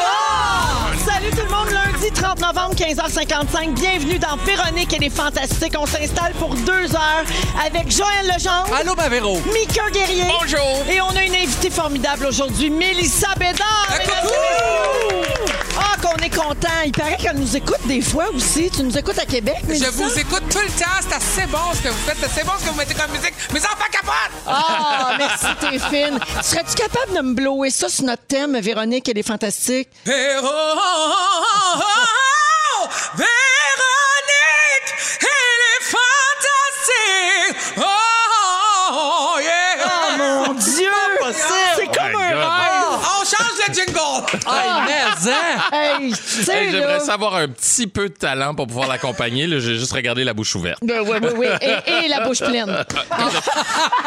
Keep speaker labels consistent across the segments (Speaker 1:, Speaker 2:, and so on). Speaker 1: Oh! Salut tout le monde, lundi 30 novembre, 15h55. Bienvenue dans Véronique et les Fantastiques. On s'installe pour deux heures avec Joël Legendre.
Speaker 2: Allô, ma Véro.
Speaker 1: Mika Guerrier.
Speaker 2: Ah. Bonjour.
Speaker 1: Et on a une invitée formidable aujourd'hui, Mélissa Bédard.
Speaker 2: Ah,
Speaker 1: mesdames et messieurs. Ah, qu'on est content. Il paraît qu'elle nous écoute des fois aussi. Tu nous écoutes à Québec,
Speaker 2: Je
Speaker 1: Mélissa?
Speaker 2: vous écoute tout le temps. C'est assez bon ce que vous faites. C'est assez bon ce que vous mettez comme musique. Mes enfants capotent.
Speaker 1: Ah, merci, t'es fine. Serais-tu capable de me blower ça sur notre thème, Véronique et les Fantastiques?
Speaker 2: Véro. Véronique. Elle est fantastique. Oh, oh, oh, yeah.
Speaker 1: Oh mon Dieu! Oh C'est comme un rêve!
Speaker 2: On change de jingle. hein? Ah.
Speaker 1: Hey, tu sais,
Speaker 3: Hey,
Speaker 1: là.
Speaker 3: J'aimerais savoir un petit peu de talent pour pouvoir l'accompagner. Là, J'ai juste regardé la bouche ouverte.
Speaker 1: Ben oui, oui, oui. Et, et la bouche pleine.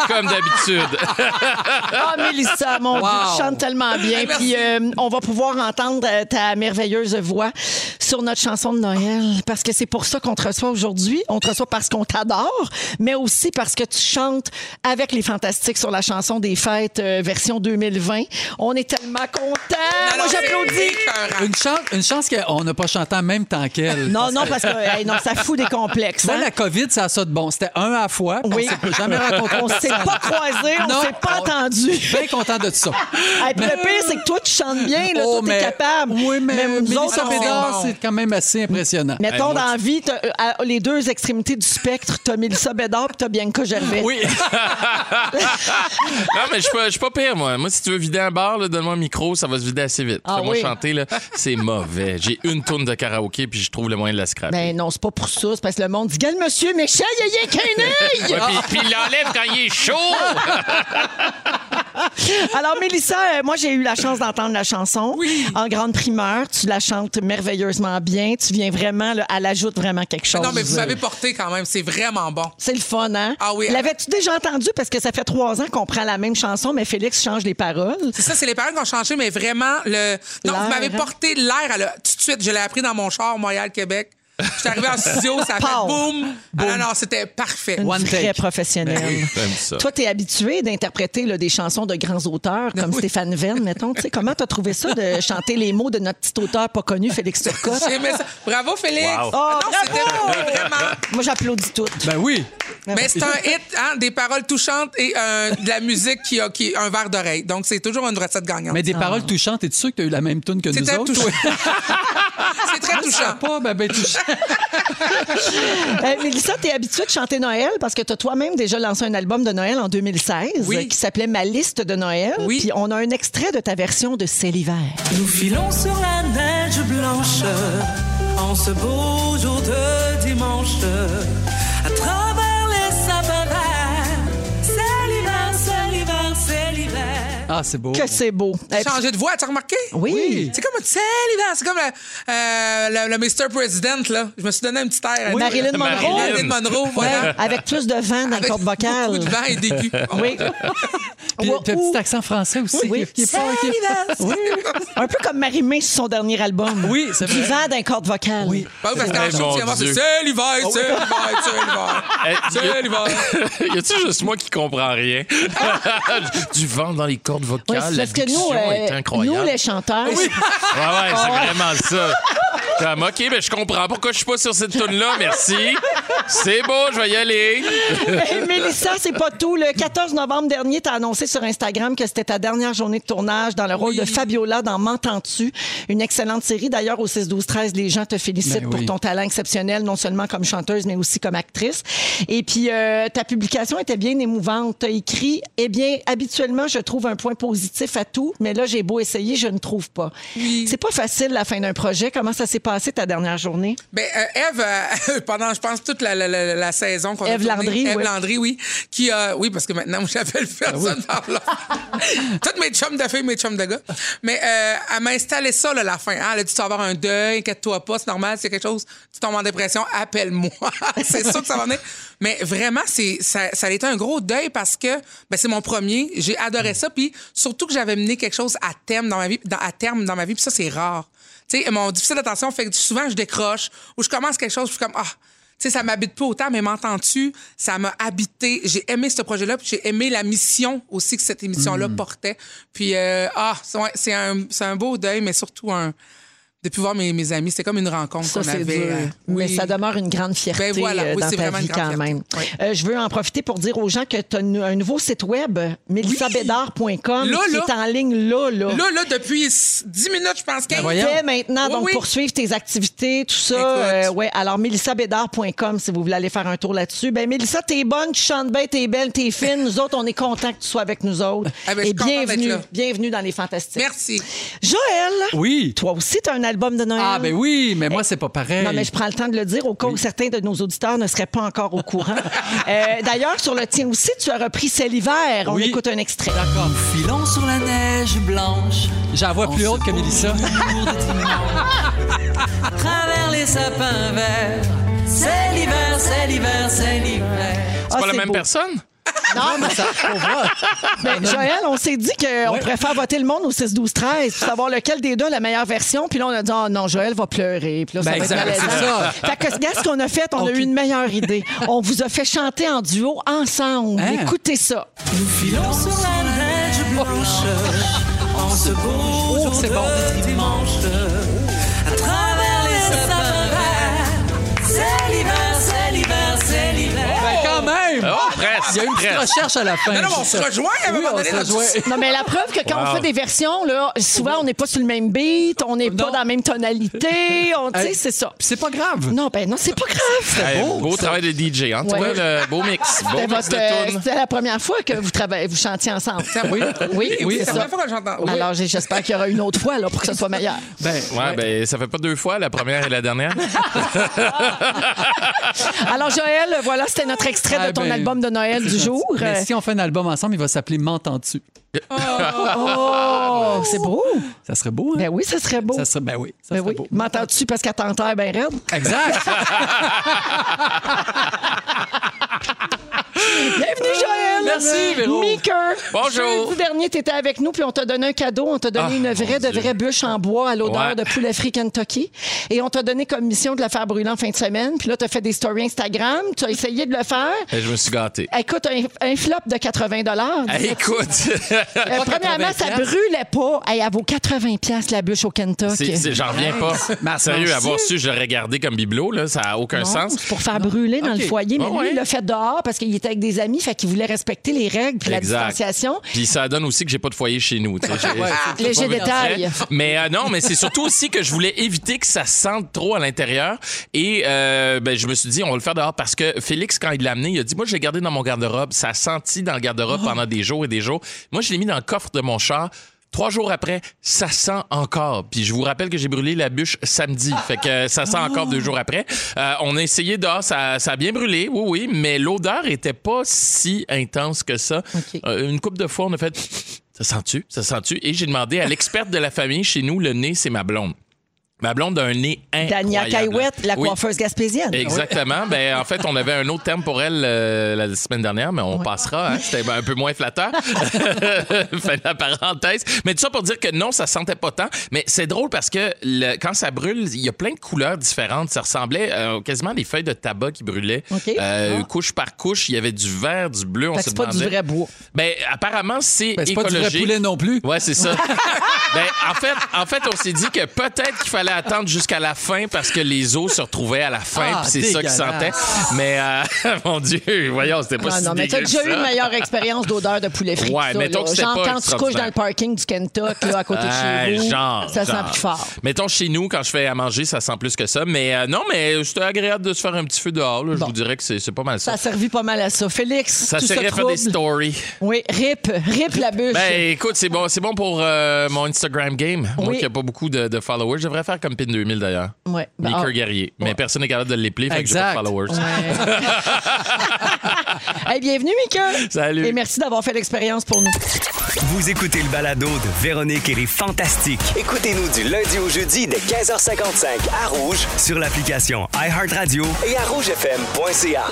Speaker 3: Comme d'habitude.
Speaker 1: Ah, Mélissa, mon Dieu, tu chantes tellement bien. Puis euh, on va pouvoir entendre euh, ta merveilleuse voix sur notre chanson de Noël. Parce que c'est pour ça qu'on te reçoit aujourd'hui. On te reçoit parce qu'on t'adore, mais aussi parce que tu chantes avec les Fantastiques sur la chanson des Fêtes euh, version 2020. On est tellement contents. Moi, j'applaudis.
Speaker 4: Une chance, une chance qu'on n'a pas chanté en même temps qu'elle.
Speaker 1: Non, non, parce que hey, non, ça fout des complexes.
Speaker 4: Ça,
Speaker 1: hein.
Speaker 4: la COVID, ça a ça de bon. C'était un à la fois. puis
Speaker 1: Oui.
Speaker 4: On s'est jamais rencontrés.
Speaker 1: On s'est pas croisés, on
Speaker 4: Non,
Speaker 1: s'est pas
Speaker 4: on-
Speaker 1: entendus.
Speaker 4: Bien content de ça.
Speaker 1: Hey, puis le pire, c'est que toi, tu chantes bien, là,
Speaker 4: Oh,
Speaker 1: toi, t'es
Speaker 4: mais-
Speaker 1: capable.
Speaker 4: Oui, mais,
Speaker 1: Même nous autres,
Speaker 4: Mélissa
Speaker 1: on-
Speaker 4: Bédard, c'est quand même assez impressionnant.
Speaker 1: Mettons,
Speaker 3: Hey, moi,
Speaker 1: dans la vie, t'as, euh, à- les deux extrémités du spectre, t'as Mélissa Bédard pis t'as Bianca Gervais.
Speaker 4: Oui.
Speaker 3: Non, mais je suis pas, je suis pas pire, moi. Moi, si tu veux vider un bar, là, donne-moi un micro, ça va se vider assez vite.
Speaker 1: Ah
Speaker 3: Fais-moi
Speaker 1: oui.
Speaker 3: chanter, là. C'est mauvais. J'ai une tourne de karaoké, puis je trouve le moyen de la scraper.
Speaker 1: Ben non, c'est pas pour ça, c'est parce que le monde dit « Quel monsieur méchant, il y a qu'un
Speaker 3: Ouais,
Speaker 1: œil! »
Speaker 3: puis, puis il l'enlève quand il est chaud!
Speaker 1: Alors, Mélissa, euh, moi, j'ai eu la chance d'entendre la chanson en grande primeur. Tu la chantes merveilleusement bien. Tu viens vraiment, là, elle ajoute vraiment quelque chose.
Speaker 2: Non, mais vous savez porter quand même. C'est vraiment bon.
Speaker 1: C'est le fun, hein?
Speaker 2: Ah oui.
Speaker 1: L'avais-tu déjà entendu? Parce que ça fait trois ans qu'on prend la même chanson, mais Félix change les paroles.
Speaker 2: C'est ça, c'est les parents qui ont changé, mais vraiment, le. Non,
Speaker 1: L'air,
Speaker 2: vous m'avez
Speaker 1: hein?
Speaker 2: porté l'air à le- tout de suite. Je l'ai appris dans mon char, Montréal, Québec. Je suis arrivé en studio, ça a
Speaker 1: Pow!
Speaker 2: fait boum. Ah non, non, c'était parfait.
Speaker 1: Une
Speaker 4: One
Speaker 1: vraie
Speaker 4: take.
Speaker 1: professionnelle.
Speaker 2: Ben
Speaker 3: J'aime ça.
Speaker 1: Toi, t'es habitué d'interpréter là, des chansons de grands auteurs
Speaker 2: Ben
Speaker 1: comme Stéphane Venn, mettons. Tu sais, comment t'as trouvé ça de chanter les mots de notre petit auteur pas connu, Félix Turcotte?
Speaker 2: J'ai aimé ça. Bravo, Félix.
Speaker 3: Wow.
Speaker 2: Ah non,
Speaker 1: Oh,
Speaker 2: Ah, c'était vraiment.
Speaker 1: Moi, j'applaudis toutes.
Speaker 4: ben oui.
Speaker 2: Mais c'est un hit, hein, des paroles touchantes et euh, de la musique qui a, qui a un verre d'oreille. Donc, c'est toujours une recette gagnante.
Speaker 4: Mais des
Speaker 1: Ah.
Speaker 4: paroles touchantes, es-tu sûr que tu as eu la même tune que nous
Speaker 2: C'était
Speaker 4: autres?
Speaker 2: touchant. c'est très touchant.
Speaker 4: Pas ben, ben touchant.
Speaker 1: Euh, Mélissa, t'es habituée de chanter Noël parce que t'as toi-même déjà lancé un album de Noël en 2016
Speaker 2: Oui.
Speaker 1: euh, qui s'appelait Ma liste de Noël.
Speaker 2: Oui. Oh.
Speaker 1: Puis on a un extrait de ta version de C'est l'hiver.
Speaker 5: Nous filons sur la neige blanche en ce beau jour de dimanche. À travers les sapins verts, c'est l'hiver, c'est l'hiver, c'est l'hiver.
Speaker 4: Ah, c'est beau.
Speaker 1: Que c'est beau. Euh, puis-
Speaker 2: Changer de voix, t'as remarqué?
Speaker 1: Oui.
Speaker 2: C'est comme, c'est l'hiver, c'est comme le, euh, le- le Mr. President, là. Je me suis donné un petit air. hein.
Speaker 1: Marilyn Monroe.
Speaker 2: Marilyn Monroe, voilà.
Speaker 1: Ouais, avec plus de vent dans le
Speaker 2: Avec
Speaker 1: cordes vocales.
Speaker 2: Beaucoup de vent et d'aigus.
Speaker 1: Oui.
Speaker 4: Puis,
Speaker 1: Ou-
Speaker 4: t'as un
Speaker 1: ou-
Speaker 4: petit accent français aussi.
Speaker 1: Oui.
Speaker 4: qui est pas- qui est-
Speaker 2: Oui.
Speaker 1: Un peu comme Marie-Mé sur son dernier album.
Speaker 4: Oui, c'est vrai.
Speaker 1: Vivant d'un cordes vocales. Oui.
Speaker 2: Ah, Pas parce
Speaker 3: Hey,
Speaker 2: qu'en
Speaker 3: mon
Speaker 2: chantier, c'est
Speaker 3: Dieu.
Speaker 2: c'est l'hiver, c'est l'hiver, c'est
Speaker 3: Hey,
Speaker 2: l'hiver. C'est l'hiver.
Speaker 3: y a-tu juste moi qui comprends rien? du vent dans les cordes vocales,
Speaker 1: Ouais,
Speaker 3: la
Speaker 1: parce que
Speaker 3: diction
Speaker 1: nous,
Speaker 3: est
Speaker 1: euh,
Speaker 3: incroyable.
Speaker 1: nous, les chanteurs,
Speaker 3: Ouais, ouais,
Speaker 1: Ah
Speaker 3: c'est vraiment ça. Comme, OK, mais je comprends pourquoi je suis pas sur cette tune-là. Merci. C'est beau, je vais y aller.
Speaker 1: Mélissa, c'est pas tout. Le 14 novembre dernier, t'as annoncé sur Instagram que c'était ta dernière journée de tournage dans le rôle de Fabiola dans M'entends-tu? Une excellente série. D'ailleurs, au 6-12-13, les gens te félicitent
Speaker 4: Ben
Speaker 1: pour
Speaker 4: oui.
Speaker 1: ton talent exceptionnel, non seulement comme chanteuse, mais aussi comme actrice. Et puis, euh, ta publication était bien émouvante. T'as écrit, eh bien, habituellement, je trouve un point positif à tout, mais là, j'ai beau essayer, je ne trouve pas. C'est pas facile, la fin d'un projet. Comment ça s'est passée ta dernière journée?
Speaker 2: Ben, euh, Eve, euh, pendant, je pense, toute la, la- la- la saison qu'on a
Speaker 1: Ève
Speaker 2: tournée,
Speaker 1: Landry,
Speaker 2: Ève
Speaker 1: oui.
Speaker 2: Landry, oui. Qui, euh, oui, parce que maintenant, moi, j'appelle personne par là. Toutes mes chums de filles, mes chums de gars. Mais euh, elle m'a installé ça, là, la fin. hein. Elle a dit, tu vas avoir un deuil, inquiète-toi pas, c'est normal, s'il y a quelque chose, tu tombes en dépression, appelle-moi. c'est sûr que ça va venir. Mais vraiment, c'est, ça, ça a été un gros deuil parce que ben, c'est mon premier. J'ai adoré ça. Puis surtout que j'avais mené quelque chose à terme dans ma vie, dans- à terme dans ma vie, puis ça, c'est rare. Tu sais, mon difficile d'attention fait que souvent je décroche ou je commence quelque chose, je suis comme ah, tu sais, ça m'habite pas autant, mais m'entends-tu Ça m'a habité. J'ai aimé ce projet-là, puis j'ai aimé la mission aussi que cette émission-là
Speaker 4: Mm.
Speaker 2: portait. Puis euh, ah, c'est ouais, c'est un, c'est un beau deuil, mais surtout un de plus voir mes, mes amis. C'était comme une rencontre
Speaker 1: Ça,
Speaker 2: qu'on
Speaker 1: c'est
Speaker 2: avait.
Speaker 1: dur.
Speaker 2: euh,
Speaker 1: Mais
Speaker 2: oui.
Speaker 1: ça demeure une grande fierté
Speaker 2: Ben voilà,
Speaker 1: euh,
Speaker 2: oui,
Speaker 1: dans
Speaker 2: c'est
Speaker 1: ta
Speaker 2: vraiment
Speaker 1: vie
Speaker 2: une grande
Speaker 1: quand même.
Speaker 2: fierté.
Speaker 1: Euh, je veux en profiter pour dire aux gens que tu as un un nouveau site web, melissabédard.com,
Speaker 2: Là,
Speaker 1: qui
Speaker 2: là.
Speaker 1: est en ligne là, là.
Speaker 2: Là, là, depuis s- 10 minutes, je pense qu'il
Speaker 4: Ben, voyons.
Speaker 1: Fais maintenant,
Speaker 2: Oui,
Speaker 1: donc
Speaker 2: oui.
Speaker 1: poursuivre tes activités, tout ça.
Speaker 2: Écoute.
Speaker 1: Euh, ouais, alors melissabédard.com si vous voulez aller faire un tour là-dessus. Ben Mélissa, t'es bonne, tu chantes bien, t'es belle, t'es fine. Nous autres, on est contents que tu sois avec nous autres.
Speaker 2: Ah ben, je
Speaker 1: Et
Speaker 2: suis contente d'être
Speaker 1: bienvenue,
Speaker 2: là.
Speaker 1: bienvenue dans les fantastiques.
Speaker 2: Merci.
Speaker 1: Joël,
Speaker 4: Oui.
Speaker 1: toi aussi, t'as un album de Noël.
Speaker 4: Ah, ben oui, mais moi, c'est pas pareil.
Speaker 1: Eh. Non, mais je prends le temps de le dire au cas où certains de nos auditeurs ne seraient pas encore au courant. Euh, D'ailleurs, sur le tien aussi, tu as repris C'est l'hiver. On
Speaker 4: Oui. Ah,
Speaker 1: écoute un extrait.
Speaker 4: D'accord.
Speaker 5: Filons sur la neige blanche.
Speaker 4: J'en vois plus haute que Mélissa.
Speaker 3: Oh!
Speaker 5: À travers les sapins verts. C'est l'hiver, c'est l'hiver, c'est l'hiver.
Speaker 1: Ah,
Speaker 3: C'est pas la même personne?
Speaker 1: Non, mais
Speaker 4: Pour voir.
Speaker 1: Ben, Joël, on s'est dit qu'on
Speaker 4: Ouais.
Speaker 1: préfère voter le monde au 6-12-13 pour savoir lequel des deux a la meilleure version. Puis là, on a dit, oh non, Joël va pleurer. Puis là, ça
Speaker 4: Ben,
Speaker 1: va être
Speaker 4: exact,
Speaker 1: malaisant.
Speaker 4: c'est ça.
Speaker 1: Fait que, regarde ce qu'on a fait, on
Speaker 4: Ok.
Speaker 1: a eu une meilleure idée. On vous a fait chanter en duo ensemble.
Speaker 4: Hein?
Speaker 1: Écoutez ça.
Speaker 5: Filons sur la neige blanche. En ce beau jour
Speaker 4: Oh, c'est bon.
Speaker 5: de dimanche. À travers les sapins verts. C'est l'hiver, c'est l'hiver, c'est l'hiver.
Speaker 4: Ben, quand même!
Speaker 3: Oh, presque.
Speaker 4: Il y a eu une petite
Speaker 3: presque.
Speaker 4: recherche à la fin.
Speaker 2: Non, non, on se rejoint à un
Speaker 4: Oui,
Speaker 2: moment
Speaker 4: on
Speaker 2: donné.
Speaker 4: se
Speaker 2: notre-
Speaker 4: rejoint.
Speaker 1: Non, mais la preuve que quand on
Speaker 3: Wow.
Speaker 1: fait des versions, là, souvent, on n'est pas sur le même beat, on n'est pas
Speaker 4: Non.
Speaker 1: dans la même tonalité. On, tu sais,
Speaker 4: Hey.
Speaker 1: c'est ça.
Speaker 4: Puis c'est pas grave.
Speaker 1: Non, ben non, c'est pas grave.
Speaker 3: Hey,
Speaker 4: beau,
Speaker 3: beau travail de DJ. En tout
Speaker 1: Ouais.
Speaker 3: cas, le beau mix. Beau
Speaker 1: C'était
Speaker 3: mix
Speaker 1: votre, euh,
Speaker 3: de tunes.
Speaker 1: c'était la première fois que vous, travaillez, vous chantiez ensemble.
Speaker 4: Oui,
Speaker 1: Oui,
Speaker 4: oui,
Speaker 1: c'est
Speaker 2: C'est la
Speaker 1: ça.
Speaker 2: première fois que j'entends. Oui.
Speaker 1: Alors, j'ai- j'espère qu'il y aura une autre fois là, pour que ce soit meilleur.
Speaker 4: Ben,
Speaker 3: Ouais, ben, ça fait pas deux fois, la première et la dernière.
Speaker 1: Alors, Joël, voilà, c'était notre extrait
Speaker 4: Ah,
Speaker 1: de ton
Speaker 4: ben,
Speaker 1: album de Noël du jour. Euh,
Speaker 4: mais si on fait un album ensemble, il va s'appeler M'entends-tu?
Speaker 1: Oh, c'est beau.
Speaker 4: Ça serait beau, hein?
Speaker 1: Ben oui, ce serait beau.
Speaker 4: Ça serait, ben oui, ça
Speaker 1: Ben
Speaker 4: serait
Speaker 1: oui.
Speaker 4: beau.
Speaker 1: M'entends-tu parce qu'elle t'enterre bien raide?
Speaker 4: Exact.
Speaker 1: Bienvenue, Joël.
Speaker 4: Merci, Véro.
Speaker 1: Meeker.
Speaker 3: Bonjour.
Speaker 1: Le dernier, tu étais avec nous, puis on t'a donné un cadeau. On t'a donné
Speaker 3: Ah,
Speaker 1: une
Speaker 3: mon
Speaker 1: vraie, de
Speaker 3: Dieu.
Speaker 1: vraie bûche en bois à l'odeur
Speaker 3: Ouais.
Speaker 1: de poulet frit Kentucky. Et on t'a donné comme mission de la faire brûler en fin de semaine. Puis là, tu as fait des stories Instagram. Tu as essayé de le faire.
Speaker 3: Et je me suis gâté.
Speaker 1: Écoute, un, un flop de 80
Speaker 3: Euh. Hey, écoute,
Speaker 1: Euh, Premièrement, ça
Speaker 4: 80
Speaker 1: brûlait pas. Hey, elle vaut 80 pièces la bûche au Kentucky.
Speaker 3: c'est- c'est- j'en reviens pas.
Speaker 4: Mais
Speaker 3: Sérieux,
Speaker 4: attends,
Speaker 3: avoir su, je l'aurais gardé comme bibelot, là, ça a aucun
Speaker 1: Non,
Speaker 3: sens.
Speaker 1: c'est pour faire brûler dans
Speaker 4: OK.
Speaker 1: le foyer. Mais
Speaker 3: Ah
Speaker 1: lui,
Speaker 3: ouais.
Speaker 1: il l'a fait dehors parce qu'il était avec des amis, fait qu'il voulait respecter les règles puis la
Speaker 3: Exact.
Speaker 1: distanciation.
Speaker 3: Puis ça donne aussi que j'ai pas de foyer chez nous. tu sais, j'ai-
Speaker 4: Ouais.
Speaker 3: j'ai-
Speaker 1: Léger
Speaker 3: j'ai pas
Speaker 1: détail.
Speaker 3: de frais. Mais euh, non, mais c'est surtout aussi que je voulais éviter que ça sente trop à l'intérieur. Et euh, ben, je me suis dit, on va le faire dehors parce que Félix, quand il l'a amené, il a dit, moi, je l'ai gardé dans mon garde-robe. Ça a senti dans le garde-robe pendant des jours et des jours. Moi, je l'ai mis dans le coffre de mon char. Trois jours après, ça sent encore. Puis je vous rappelle que j'ai brûlé la bûche samedi. Fait que euh, ça sent encore deux jours après. Euh, on a essayé dehors, ça, ça a bien brûlé, oui, oui, mais l'odeur était pas si intense que ça.
Speaker 1: OK.
Speaker 3: Euh, une couple de fois, on a fait Ça sent-tu? Ça sent-tu? Et j'ai demandé à l'experte de la famille, chez nous, le nez, c'est ma blonde. Ma blonde a un nez incroyable.
Speaker 1: Dania Caillouette, la
Speaker 3: Oui.
Speaker 1: coiffeuse gaspésienne.
Speaker 3: Exactement. Ben, en fait, on avait un autre terme pour elle euh, la semaine dernière, mais on passera. hein. C'était un peu moins flatteur. fin de la parenthèse. Mais tout ça pour dire que non, ça sentait pas tant. Mais c'est drôle parce que le- quand ça brûle, il y a plein de couleurs différentes. Ça ressemblait euh, quasiment à des feuilles de tabac qui brûlaient.
Speaker 1: OK. Ah.
Speaker 3: Euh, Couche par couche, il y avait du vert, du bleu. on
Speaker 1: Fait que
Speaker 3: se
Speaker 1: c'est pas du
Speaker 3: demandait-
Speaker 1: vrai bois.
Speaker 3: Ben, apparemment, c'est
Speaker 4: Ben, c'est pas du vrai
Speaker 3: écologique.
Speaker 4: poulet non plus.
Speaker 3: Ouais, c'est ça. ben, en fait, en fait, on s'est dit que peut-être qu'il fallait attendre jusqu'à la fin parce que les os se retrouvaient à la fin,
Speaker 4: Ah,
Speaker 3: puis c'est ça qui sentait.
Speaker 4: dégueulasse.
Speaker 3: Mais euh, mon Dieu, voyons, c'était pas
Speaker 1: Ah
Speaker 3: si
Speaker 1: non, mais t'as
Speaker 3: dégueu
Speaker 1: déjà
Speaker 3: que
Speaker 1: eu
Speaker 3: ça.
Speaker 1: une meilleure expérience d'odeur de poulet frit. que
Speaker 3: Ouais,
Speaker 1: ça,
Speaker 3: mettons
Speaker 1: là.
Speaker 3: que c'était
Speaker 1: Genre
Speaker 3: pas
Speaker 1: quand tu couches
Speaker 3: extraordinaire.
Speaker 1: dans le parking du Kentuck, là, à côté de chez
Speaker 3: Ouais,
Speaker 1: vous,
Speaker 3: genre,
Speaker 1: ça
Speaker 3: genre.
Speaker 1: sent plus fort.
Speaker 3: Mettons chez nous, quand je fais à manger, ça sent plus que ça. Mais euh, non, mais c'était agréable de se faire un petit feu dehors. là. Je vous dirais que c'est c'est pas mal
Speaker 1: Ça
Speaker 3: ça.
Speaker 1: a servi pas mal à ça. Félix,
Speaker 3: Ça,
Speaker 1: tout
Speaker 3: serait
Speaker 1: ce
Speaker 3: faire des
Speaker 1: trouble.
Speaker 3: stories.
Speaker 1: Oui, rip, rip la bûche.
Speaker 3: Ben écoute, c'est bon, c'est bon pour euh, mon Instagram game. Moi
Speaker 1: Oui.
Speaker 3: qui n'ai pas beaucoup de, de followers, je devrais faire cher comme PIN 2000 d'ailleurs.
Speaker 1: Ouais. Ben,
Speaker 3: Mickey
Speaker 1: ah.
Speaker 3: Guerrier. Mais personne n'est capable de l'épeler, fait que j'ai pas de
Speaker 4: Exact.
Speaker 3: followers.
Speaker 1: Hey, bienvenue, Mika.
Speaker 3: Salut.
Speaker 1: Et merci d'avoir fait l'expérience pour nous.
Speaker 6: Vous écoutez le balado de Véronique et les Fantastiques
Speaker 7: Écoutez-nous du lundi au jeudi dès 15h55 à Rouge
Speaker 6: sur l'application iHeartRadio.
Speaker 7: et à rougefm.ca.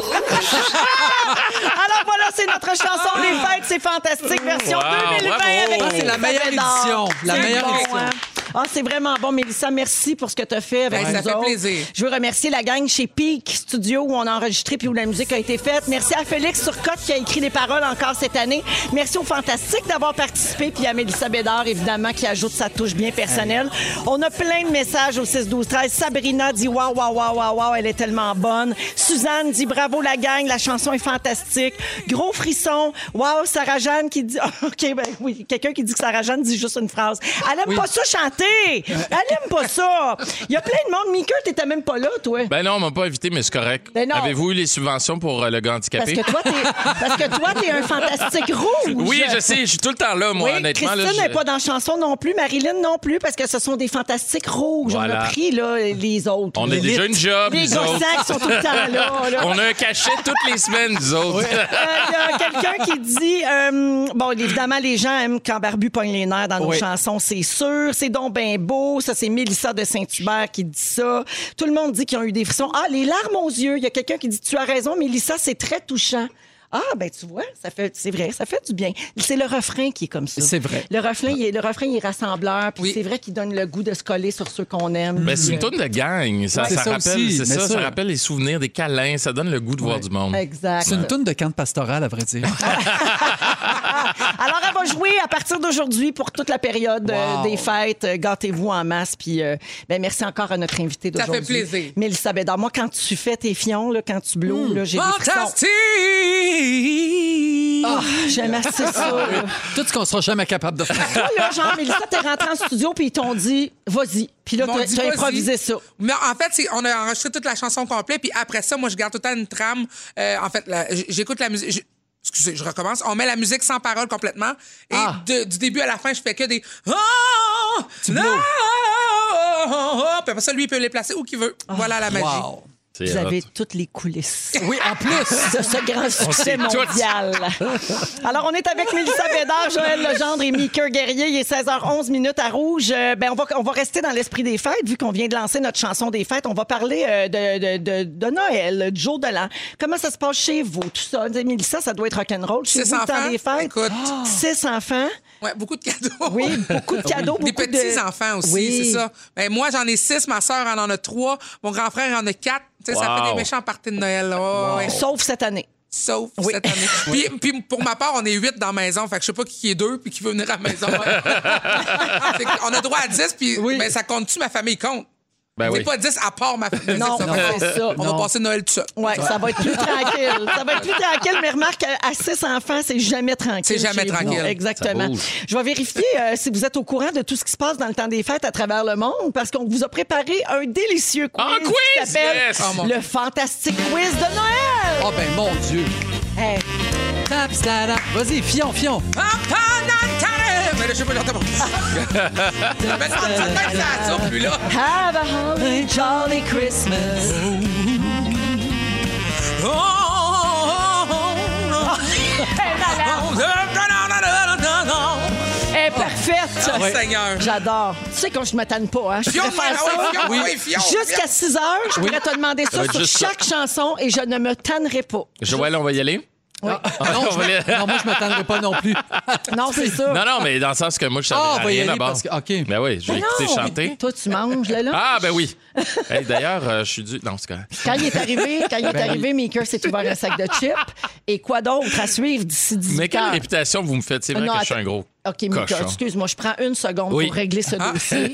Speaker 1: Alors voilà, c'est notre chanson Les Fêtes, c'est fantastique, version
Speaker 3: Wow,
Speaker 1: 2020
Speaker 3: bravo.
Speaker 1: avec
Speaker 3: Ah, c'est
Speaker 1: Mélissa
Speaker 4: la meilleure
Speaker 1: Bédard.
Speaker 4: édition, la
Speaker 1: C'est
Speaker 4: meilleure
Speaker 1: bon,
Speaker 4: édition.
Speaker 1: hein? Ah, c'est vraiment bon, Mélissa. Merci pour ce que tu as fait avec
Speaker 2: Ben, ça
Speaker 1: nous
Speaker 2: fait
Speaker 1: autres.
Speaker 2: plaisir.
Speaker 1: Je veux remercier la gang chez Peak Studio où on a enregistré puis où la musique a été faite. Merci à Félix Turcotte qui a écrit les paroles encore cette année. Merci aux Fantastiques d'avoir participé puis à Mélissa Bédard, évidemment, qui ajoute sa touche bien personnelle. On a plein de messages au 6-12-13. Sabrina dit waouh, waouh, waouh, waouh, waouh, elle est tellement bonne. Suzanne dit bravo la gang, la chanson est fantastique. Gros frisson. Waouh, Sarah-Jeanne qui dit OK, ben oui, quelqu'un qui dit que Sarah-Jeanne dit juste une phrase. Elle aime pas ça chanter. Elle aime pas ça. Il y a plein de monde. Mika, t'étais même pas là, toi.
Speaker 3: Ben non, on m'a pas invité, mais c'est correct.
Speaker 1: Ben non.
Speaker 3: Avez-vous eu les subventions pour euh, le gars
Speaker 1: Parce
Speaker 3: handicapé?
Speaker 1: que toi, t'es, parce que toi, t'es un fantastique rouge.
Speaker 3: Oui, je sais, je suis tout le temps là, moi,
Speaker 1: Oui,
Speaker 3: honnêtement. là,
Speaker 1: Christine
Speaker 3: je-
Speaker 1: n'est pas dans chanson non plus, Marilyn non plus, parce que ce sont des fantastiques rouges. On
Speaker 3: Voilà.
Speaker 1: a pris là, les autres.
Speaker 3: On a
Speaker 1: Les
Speaker 3: déjà
Speaker 1: litres.
Speaker 3: une job,
Speaker 1: Les
Speaker 3: nous
Speaker 1: gossacs
Speaker 3: autres.
Speaker 1: sont tout le temps là. là.
Speaker 3: On a un cachet toutes les semaines, nous autres.
Speaker 1: Euh, Il y a quelqu'un qui dit euh, Bon, évidemment, les gens aiment quand Barbu pogne les nerfs dans nos
Speaker 4: Oui.
Speaker 1: chansons, c'est sûr. C'est donc ben beau. Ça, c'est Mélissa de Saint-Hubert qui dit ça. Tout le monde dit qu'ils ont eu des frissons. Ah, les larmes aux yeux. Il y a quelqu'un qui dit Tu as raison, Mélissa, c'est très touchant. Ah, ben tu vois, ça fait, c'est vrai, ça fait du bien. C'est le refrain qui est comme ça.
Speaker 4: C'est vrai.
Speaker 1: Le refrain, il est, le refrain, il est rassembleur. Puis
Speaker 2: Oui.
Speaker 1: c'est vrai qu'il donne le goût de se coller sur ceux qu'on aime.
Speaker 3: Ben, c'est une tourne de gang. Ça,
Speaker 4: Ouais, c'est
Speaker 3: ça
Speaker 4: ça
Speaker 3: rappelle,
Speaker 4: aussi,
Speaker 3: c'est
Speaker 4: mais
Speaker 3: ça,
Speaker 4: ça-
Speaker 3: ça rappelle les souvenirs, des câlins. Ça donne le goût de voir du monde.
Speaker 1: Exact.
Speaker 4: C'est une toune de camp pastoral, à vrai dire.
Speaker 1: Ah. Alors, elle va jouer à partir d'aujourd'hui pour toute la période euh,
Speaker 4: Wow.
Speaker 1: des fêtes. Euh, Gâtez-vous en masse. Puis, euh, ben, merci encore à notre invité
Speaker 2: Ça fait
Speaker 1: d'aujourd'hui.
Speaker 2: plaisir.
Speaker 1: Mélissa Bédard. Moi, quand tu fais tes fions, là, quand tu blows, là, j'ai des frissons.
Speaker 2: hein, Fantastique!
Speaker 1: Ah, j'aime assez ça. là.
Speaker 4: Tout ce qu'on sera jamais capable de faire.
Speaker 1: Toi, là, genre, Mélissa, t'es rentrée en studio, puis ils t'ont dit, vas-y. Puis là,
Speaker 2: Ils m'ont
Speaker 1: t'as
Speaker 2: dit,
Speaker 1: t'as
Speaker 2: ben, vas-y.
Speaker 1: improvisé ça.
Speaker 2: Mais en fait, c'est- on a enregistré toute la chanson complète, puis après ça, moi, je garde tout le temps une trame. Euh, en fait, la- j- j'écoute la musique. je- Excusez, je recommence. On met la musique sans parole complètement. Et
Speaker 4: Ah.
Speaker 2: de- du début à la fin, je fais que des. Oh!
Speaker 4: me
Speaker 2: non!
Speaker 4: l'as.
Speaker 2: Puis après ça, lui, il peut les placer où qu'il
Speaker 1: Ah.
Speaker 2: veut. voilà la magie.
Speaker 4: Wow.
Speaker 3: C'est
Speaker 1: Vous
Speaker 3: hot.
Speaker 1: avez toutes les coulisses.
Speaker 4: Oui, en plus.
Speaker 1: de ce grand succès
Speaker 3: sait tout.
Speaker 1: mondial. Alors, on est avec Mélissa Bédard, Joël Legendre et Mika Guerrier. Il est 16h11 minutes à Rouge. Euh, ben, on, va, on va rester dans l'esprit des fêtes, vu qu'on vient de lancer notre chanson des fêtes. On va parler euh, de, de, de, de Noël, du jour de l'an. Comment ça se passe chez vous, tout ça? Dis, Mélissa, ça doit être rock'n'roll chez
Speaker 2: Six
Speaker 1: vous, le temps
Speaker 2: enfants.
Speaker 1: des fêtes.
Speaker 2: Écoute.
Speaker 1: Six enfants.
Speaker 2: Ouais, beaucoup de cadeaux.
Speaker 1: Oui, beaucoup de cadeaux,
Speaker 2: Des
Speaker 1: beaucoup de-
Speaker 2: petits-enfants aussi,
Speaker 1: Oui.
Speaker 2: c'est ça. Ben, moi, j'en ai six, ma soeur en en a trois, mon grand frère en a quatre. Tu sais, Ça
Speaker 3: Wow.
Speaker 2: fait des méchants parties de Noël. là. Ouais, ouais.
Speaker 1: Sauf cette année.
Speaker 2: sauf cette année. Puis, puis pour ma part, on est huit dans la maison. Fait que je sais pas qui est deux puis qui veut venir à la maison. Fait que on a droit à 10, puis ben, ça compte-tu, ma famille compte?
Speaker 3: Ben
Speaker 2: c'est
Speaker 3: oui.
Speaker 2: pas 10 à part ma famille.
Speaker 1: Non,
Speaker 2: C'est ça.
Speaker 1: non, c'est ça.
Speaker 2: On
Speaker 1: Non.
Speaker 2: va passer Noël tout ça.
Speaker 1: Ouais, ça va être plus tranquille. Ça va être plus tranquille, mais remarque, à à six enfants, c'est jamais tranquille.
Speaker 2: C'est jamais
Speaker 1: chez vous.
Speaker 2: tranquille.
Speaker 1: Non, Exactement.
Speaker 3: Ça bouge.
Speaker 1: Je vais vérifier euh, si vous êtes au courant de tout ce qui se passe dans le temps des fêtes à travers le monde, parce qu'on vous a préparé un délicieux quiz,
Speaker 3: Un
Speaker 1: qui
Speaker 3: quiz,
Speaker 1: s'appelle
Speaker 3: yes!
Speaker 2: Oh, mon-
Speaker 1: le Fantastique Quiz de Noël.
Speaker 4: Oh, ben, mon Dieu.
Speaker 1: Hey,
Speaker 4: Tap, tap, Vas-y, fion, fion.
Speaker 2: Pampanantare! Mais là, je sais pas, j'entends pas. Mais ça, ça, ça, ça, ça, plus là.
Speaker 1: have a holly jolly Christmas.
Speaker 2: Oh, oh, oh, oh.
Speaker 1: Elle est parfaite.
Speaker 2: Oh, Seigneur.
Speaker 1: J'adore. Tu sais, quand je ne m'attends pas, hein, je
Speaker 2: Fion,
Speaker 1: pourrais faire
Speaker 2: ouais, ouais,
Speaker 1: ça
Speaker 2: fion, ouais, fion,
Speaker 1: jusqu'à
Speaker 2: fion.
Speaker 1: 6 heures. Je pourrais te demander ça
Speaker 3: va être
Speaker 1: sur
Speaker 3: juste
Speaker 1: chaque chanson et je ne me tannerai pas.
Speaker 3: Joël, on va y aller?
Speaker 4: Ah, non,
Speaker 3: On va
Speaker 4: je m'a-
Speaker 3: les-
Speaker 4: non, moi, je m'attendrai pas non plus.
Speaker 1: Non, c'est ça.
Speaker 3: Non, non, mais dans le sens que moi, je savais
Speaker 4: Ah, on va y
Speaker 3: rien
Speaker 4: aller
Speaker 3: d'abord.
Speaker 4: parce que- OK.
Speaker 3: Ben oui, j'ai
Speaker 1: Mais
Speaker 3: écouté
Speaker 1: non.
Speaker 3: chanter.
Speaker 1: Toi, tu manges, là, là.
Speaker 3: Ah, ben oui. Hey, D'ailleurs, euh, je suis du... Non, c'est correct.
Speaker 1: Quand il est arrivé, quand il est
Speaker 3: Ben
Speaker 1: arrivé, Maker s'est ouvert un sac de chips. Et quoi d'autre à suivre d'ici 18
Speaker 3: Mais quelle
Speaker 1: heures?
Speaker 3: réputation vous me faites? C'est vrai
Speaker 1: Ah Non,
Speaker 3: que je suis un gros
Speaker 1: OK, Mika,
Speaker 3: cochon.
Speaker 1: excuse-moi, je prends une seconde
Speaker 3: Oui. Ah.
Speaker 1: pour régler ce dossier.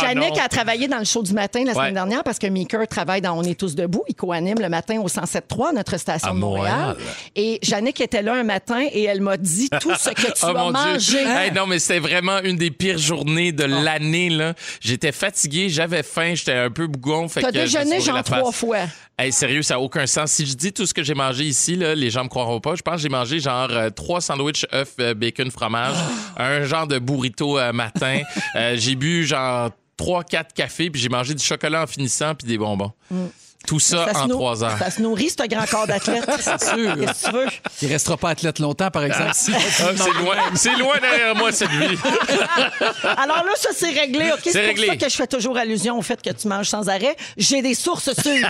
Speaker 1: Jannick
Speaker 3: non.
Speaker 1: a travaillé dans le show du matin la semaine
Speaker 3: Ouais.
Speaker 1: dernière parce que Mika travaille dans On est tous debout. Il co-anime le matin au 107.3, notre station
Speaker 3: À
Speaker 1: de Montréal.
Speaker 3: Montréal.
Speaker 1: Et Jannick était là un matin et elle m'a dit tout ce que tu
Speaker 3: Oh
Speaker 1: as
Speaker 3: mon
Speaker 1: mangé.
Speaker 3: Dieu. Hey, non, mais c'était vraiment une des pires journées de
Speaker 1: Ah.
Speaker 3: l'année. là. J'étais fatigué, j'avais faim, j'étais un peu bougon. fait
Speaker 1: T'as
Speaker 3: que je me suis
Speaker 1: déjeuné
Speaker 3: bourré
Speaker 1: genre
Speaker 3: la face.
Speaker 1: trois fois.
Speaker 3: Hey, sérieux, ça n'a aucun sens. Si je dis tout ce que j'ai mangé ici, là, les gens me croiront pas. Je pense que j'ai mangé genre euh, trois sandwichs œufs, euh, bacon, fromage, un genre de burrito euh, matin. Euh, j'ai bu genre 3 4 cafés puis j'ai mangé du chocolat en finissant puis des bonbons. Tout ça,
Speaker 1: se
Speaker 3: en
Speaker 1: nou-
Speaker 3: trois heures.
Speaker 1: Mm. Ça se nourrit, ce grand corps d'athlète. C'est
Speaker 4: sûr.
Speaker 1: Qu'est-ce que tu veux?
Speaker 4: Il restera pas athlète longtemps, par exemple. Si-
Speaker 3: Ah, c'est loin, c'est loin derrière moi cette vie.
Speaker 1: Alors là, ça, c'est réglé. ok? C'est
Speaker 3: réglé.
Speaker 1: pour ça que je fais toujours allusion au fait que tu manges sans arrêt. J'ai des sources sûres.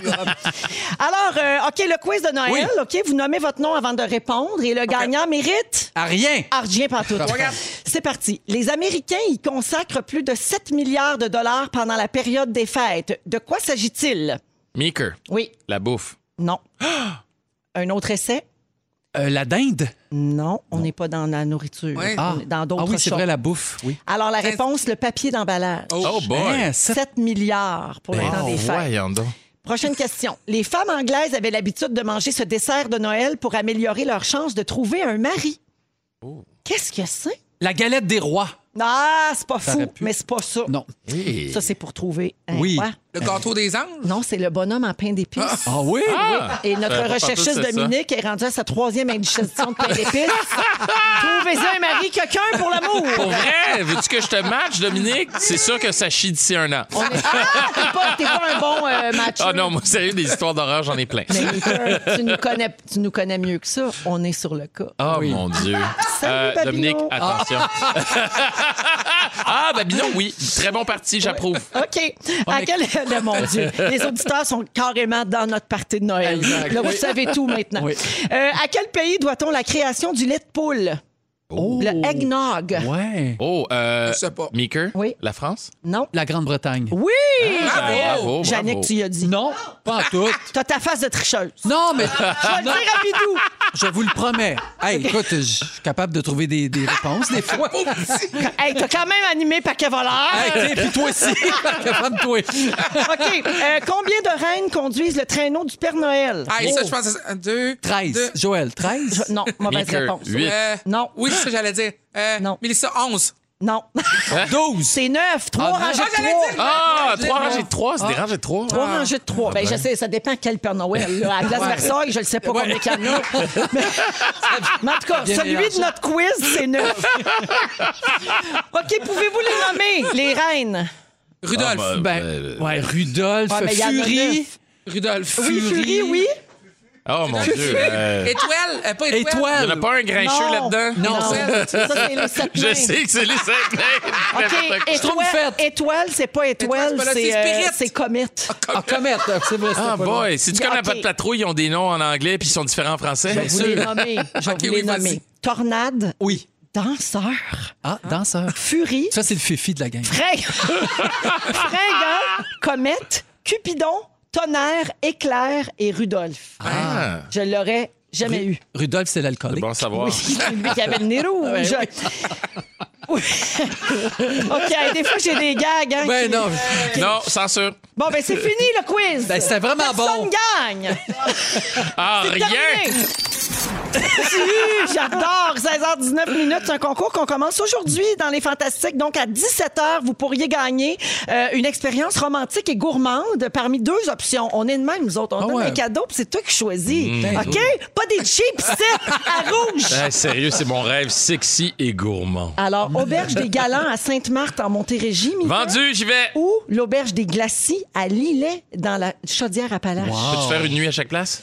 Speaker 1: Alors, euh, OK, le quiz de Noël.
Speaker 4: Oui.
Speaker 1: OK, vous nommez votre nom avant de répondre et le gagnant mérite...
Speaker 4: À rien.
Speaker 1: Argien Pantoute. C'est parti. Les Américains y consacrent plus de 7 milliards de dollars pendant la période des fêtes. De quoi s'agit-il?
Speaker 3: Meeker,
Speaker 1: Oui.
Speaker 3: la bouffe.
Speaker 1: Non. Un autre essai?
Speaker 4: Euh, la dinde.
Speaker 1: Non, on n'est pas dans la nourriture.
Speaker 2: Ouais.
Speaker 4: Ah,
Speaker 1: On est dans d'autres
Speaker 4: ah oui, c'est
Speaker 1: choses.
Speaker 4: vrai, la bouffe. Oui.
Speaker 1: Alors, la réponse, le papier d'emballage.
Speaker 3: Oh Ben boy. Ah,
Speaker 4: Hein, sept-
Speaker 1: 7 milliards pour le temps des fêtes.
Speaker 3: voyons donc.
Speaker 1: Prochaine question. Les femmes anglaises avaient l'habitude de manger ce dessert de Noël pour améliorer leurs chances de trouver un mari. Qu'est-ce que c'est?
Speaker 4: La galette des rois.
Speaker 1: Ah, c'est pas fou,
Speaker 4: aurait pu.
Speaker 1: mais c'est pas ça.
Speaker 4: Non.
Speaker 3: Hey.
Speaker 1: Ça, c'est pour trouver un
Speaker 4: Oui.
Speaker 1: roi.
Speaker 2: Le gâteau des anges?
Speaker 1: Non, c'est le bonhomme en pain d'épices.
Speaker 4: Ah oui?
Speaker 3: Ah!
Speaker 1: Et
Speaker 3: Ça va
Speaker 1: notre
Speaker 3: pas
Speaker 1: recherchiste
Speaker 3: partout, c'est ça.
Speaker 1: Dominique est rendu à sa troisième indigestion de pain d'épices. Trouvez-en un mari, quelqu'un pour
Speaker 3: Pour
Speaker 1: l'amour.
Speaker 3: vrai, veux-tu que je te matche, Dominique? C'est sûr que ça chie d'ici un an.
Speaker 1: On est- Ah, t'es pas, t'es pas un bon euh, match.
Speaker 3: Ah non, moi, sérieux, des histoires d'horreur, j'en ai plein.
Speaker 1: Mais Peter, tu nous, connais, tu nous connais mieux que ça. On est sur le cas.
Speaker 3: Oh mon Dieu. Euh,
Speaker 1: Salut, Babino.
Speaker 3: Dominique, attention. ah, Babino, oui. Très bon parti, j'approuve.
Speaker 1: OK. À quel... le- mon Dieu. Les auditeurs sont carrément dans notre partie de Noël.
Speaker 4: Exact.
Speaker 1: Là, vous
Speaker 4: Oui.
Speaker 1: savez tout maintenant.
Speaker 4: Oui.
Speaker 1: Euh, à quel pays doit-on la création du lait de poule? Le eggnog.
Speaker 4: Ouais.
Speaker 3: Oh, euh,
Speaker 2: Je sais pas.
Speaker 3: Meeker,
Speaker 1: Oui. Ah,
Speaker 3: la France?
Speaker 1: Non? Ah,
Speaker 4: La Grande-Bretagne.
Speaker 1: Oui!
Speaker 2: Bravo!
Speaker 3: Bravo,
Speaker 1: Jannick,
Speaker 3: bravo.
Speaker 1: tu y as dit.
Speaker 4: Non, pas en tout.
Speaker 1: T'as ta face de tricheuse.
Speaker 4: Non, mais
Speaker 1: Oh! Je vais le dire
Speaker 4: non,
Speaker 1: à Bidou.
Speaker 4: je vous le promets. Hey, écoute, je suis capable de trouver des, des réponses des fois.
Speaker 2: Oh, petit.
Speaker 1: Hey, t'as quand même animé paquet voleur.
Speaker 4: Hey, t'sais, puis toi aussi. Calme-toi.
Speaker 1: OK. Euh, combien de reines conduisent le traîneau du Père Noël?
Speaker 2: Ah, et ça, je pense que c'est un, deux.
Speaker 4: 13.
Speaker 2: deux.
Speaker 4: Joël, 13.
Speaker 1: Non, mauvaise
Speaker 3: Meeker,
Speaker 1: réponse.
Speaker 3: huit.
Speaker 2: Euh,
Speaker 1: Non.
Speaker 2: Oui, c'est ça que j'allais dire. Euh,
Speaker 1: Non.
Speaker 2: Mélissa, 11.
Speaker 1: Non.
Speaker 4: 12.
Speaker 1: C'est neuf. Trois
Speaker 4: Ah, non.
Speaker 1: rangées
Speaker 2: Ah,
Speaker 1: de
Speaker 2: j'allais
Speaker 1: trois.
Speaker 2: dire-
Speaker 3: Ah, trois rangées de trois, c'est des rangées de trois.
Speaker 1: Ah. Trois rangées de trois. Ben, je sais, ça dépend quel Père Noël. là. À la place Versailles, je ne sais pas combien qu'il y en a. Mais, mais en tout cas,
Speaker 4: Bien
Speaker 1: celui
Speaker 4: mélangé.
Speaker 1: de notre quiz, c'est neuf. OK, pouvez-vous les nommer, les reines?
Speaker 2: Rudolph.
Speaker 3: Ah, bah,
Speaker 4: Ben, ouais, Rudolph,
Speaker 1: Ouais, mais il y en a
Speaker 4: Fury.
Speaker 1: neuf.
Speaker 2: Rudolph.
Speaker 1: Oui, Fury, oui.
Speaker 3: Oh mon Dieu. euh,
Speaker 2: Étoile. euh, pas étoile.
Speaker 3: Il n'y en
Speaker 4: Étoile.
Speaker 3: a pas un grincheux
Speaker 1: Non.
Speaker 3: là-dedans?
Speaker 1: Non,
Speaker 2: Non.
Speaker 1: ça, c'est les sept
Speaker 3: Je
Speaker 1: nains.
Speaker 3: sais que c'est les cinq nains.
Speaker 1: OK,
Speaker 3: N'importe quoi.
Speaker 4: trouve
Speaker 1: étoile,
Speaker 4: fête.
Speaker 1: étoile, c'est pas étoile,
Speaker 2: Étoile, c'est pas là,
Speaker 1: c'est
Speaker 2: c'est
Speaker 1: euh,
Speaker 2: spirit.
Speaker 1: c'est comète.
Speaker 4: Ah, Comète. C'est vrai, c'était
Speaker 3: Ah
Speaker 4: pas loin.
Speaker 3: boy, si tu
Speaker 1: Mais
Speaker 3: connais
Speaker 1: ok.
Speaker 3: pas de patrouille, ils ont des noms en anglais puis ils sont différents en français.
Speaker 1: Je vais vous les nommer. Je vais
Speaker 2: Ok,
Speaker 1: vous les
Speaker 2: oui, vas-y.
Speaker 1: nommer. Tornade,
Speaker 4: Oui.
Speaker 1: danseur,
Speaker 4: Ah, danseur.
Speaker 1: furie,
Speaker 4: Ça, c'est le fifi de la gang.
Speaker 1: Fring- Fringant, hein? comète, Cupidon, tonnerre, éclair et Rudolph.
Speaker 3: Ah,
Speaker 1: Je l'aurais jamais eu.
Speaker 4: Rudolph, c'est
Speaker 3: c'est
Speaker 4: l'alcoolique.
Speaker 3: bon à savoir.
Speaker 1: Oui, c'est lui qui avait le nez rouge. Oui. OK, hey, des fois, j'ai des gags. hein,
Speaker 4: Ben
Speaker 1: qui-
Speaker 4: non.
Speaker 3: Non, censure.
Speaker 1: Bon, ben c'est fini le quiz.
Speaker 4: Ben, c'était vraiment
Speaker 1: Personne
Speaker 4: bon.
Speaker 1: gagne.
Speaker 3: Ah, rien!
Speaker 1: Terminé. Si, J'adore. 16h19 minutes. C'est un concours qu'on commence aujourd'hui dans les Fantastiques. Donc, à 17h, vous pourriez gagner euh, une expérience romantique et gourmande parmi deux options. On est de même, nous autres. On
Speaker 4: Ah
Speaker 1: donne
Speaker 4: ouais.
Speaker 1: des cadeaux, puis c'est toi qui choisis.
Speaker 3: Ben,
Speaker 1: OK? Pas des cheap sets à rouge.
Speaker 3: Ah, sérieux, c'est mon rêve sexy et gourmand.
Speaker 1: Alors, Auberge des Galants à Sainte-Marthe, en Montérégie. Mika,
Speaker 3: Vendu, j'y vais!
Speaker 1: Ou l'Auberge des Glacis à Lillet, dans la Chaudière-Appalaches.
Speaker 3: Peux-tu faire une nuit à chaque place?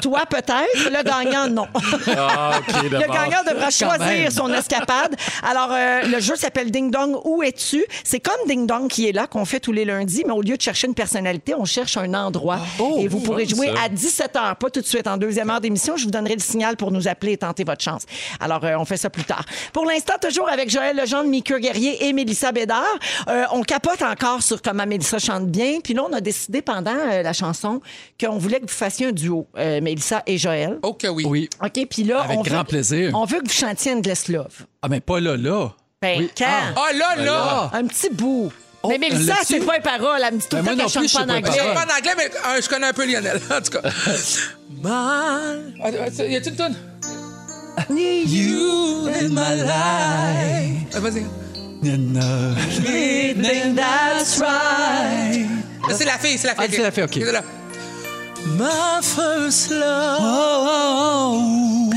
Speaker 1: Toi, peut-être. Le gagnant, non.
Speaker 3: Ah, OK,
Speaker 1: Le
Speaker 3: d'abord.
Speaker 1: gagnant devra choisir
Speaker 4: même.
Speaker 1: son escapade. Alors, euh, le jeu s'appelle Ding Dong, où es-tu? C'est comme Ding Dong qui est là, qu'on fait tous les lundis, mais au lieu de chercher une personnalité, on cherche un endroit. et vous pourrez jouer à 17h, pas tout de suite, en deuxième heure d'émission. Je vous donnerai le signal pour nous appeler et tenter votre chance. Alors, euh, on fait ça plus tard. Pour l'instant, toujours avec Joël Legendre, Mickey Guerrier et Mélissa Bédard. Euh, on capote encore sur comment Mélissa chante bien. Puis là, on a décidé pendant euh, la chanson qu'on voulait que vous fassiez un duo, euh, Mélissa et Joël.
Speaker 2: Oh que oui.
Speaker 4: Oui.
Speaker 1: OK, puis là,
Speaker 4: Avec
Speaker 1: on
Speaker 4: grand
Speaker 1: veut,
Speaker 4: plaisir.
Speaker 1: On veut que vous chantiez Endless Love.
Speaker 4: Ah, mais pas là, là.
Speaker 1: Ben,
Speaker 4: Oui.
Speaker 1: quand?
Speaker 4: Ah.
Speaker 2: Ah là, là.
Speaker 4: là.
Speaker 1: Un petit bout.
Speaker 4: Oh,
Speaker 1: mais Mélissa,
Speaker 4: là-dessus?
Speaker 1: c'est pas une parole. Elle me dit tout le temps
Speaker 4: Ben, moi
Speaker 1: qu'elle chante
Speaker 4: non plus, je
Speaker 1: pas
Speaker 4: sais
Speaker 1: en
Speaker 4: pas une
Speaker 2: Je
Speaker 1: anglais.
Speaker 2: sais
Speaker 4: parole.
Speaker 2: pas en anglais, mais euh, je connais un peu Lionel, en tout cas. Mal. Ah, ah, ça, Y a-tu une toune?
Speaker 1: Need
Speaker 2: You in my life. Ah, Vas-y.
Speaker 1: Everything that's right.
Speaker 2: Ah, C'est la fille, c'est la fille.
Speaker 4: Ah, c'est la fille, OK.
Speaker 2: C'est là. My first love.
Speaker 4: Oh,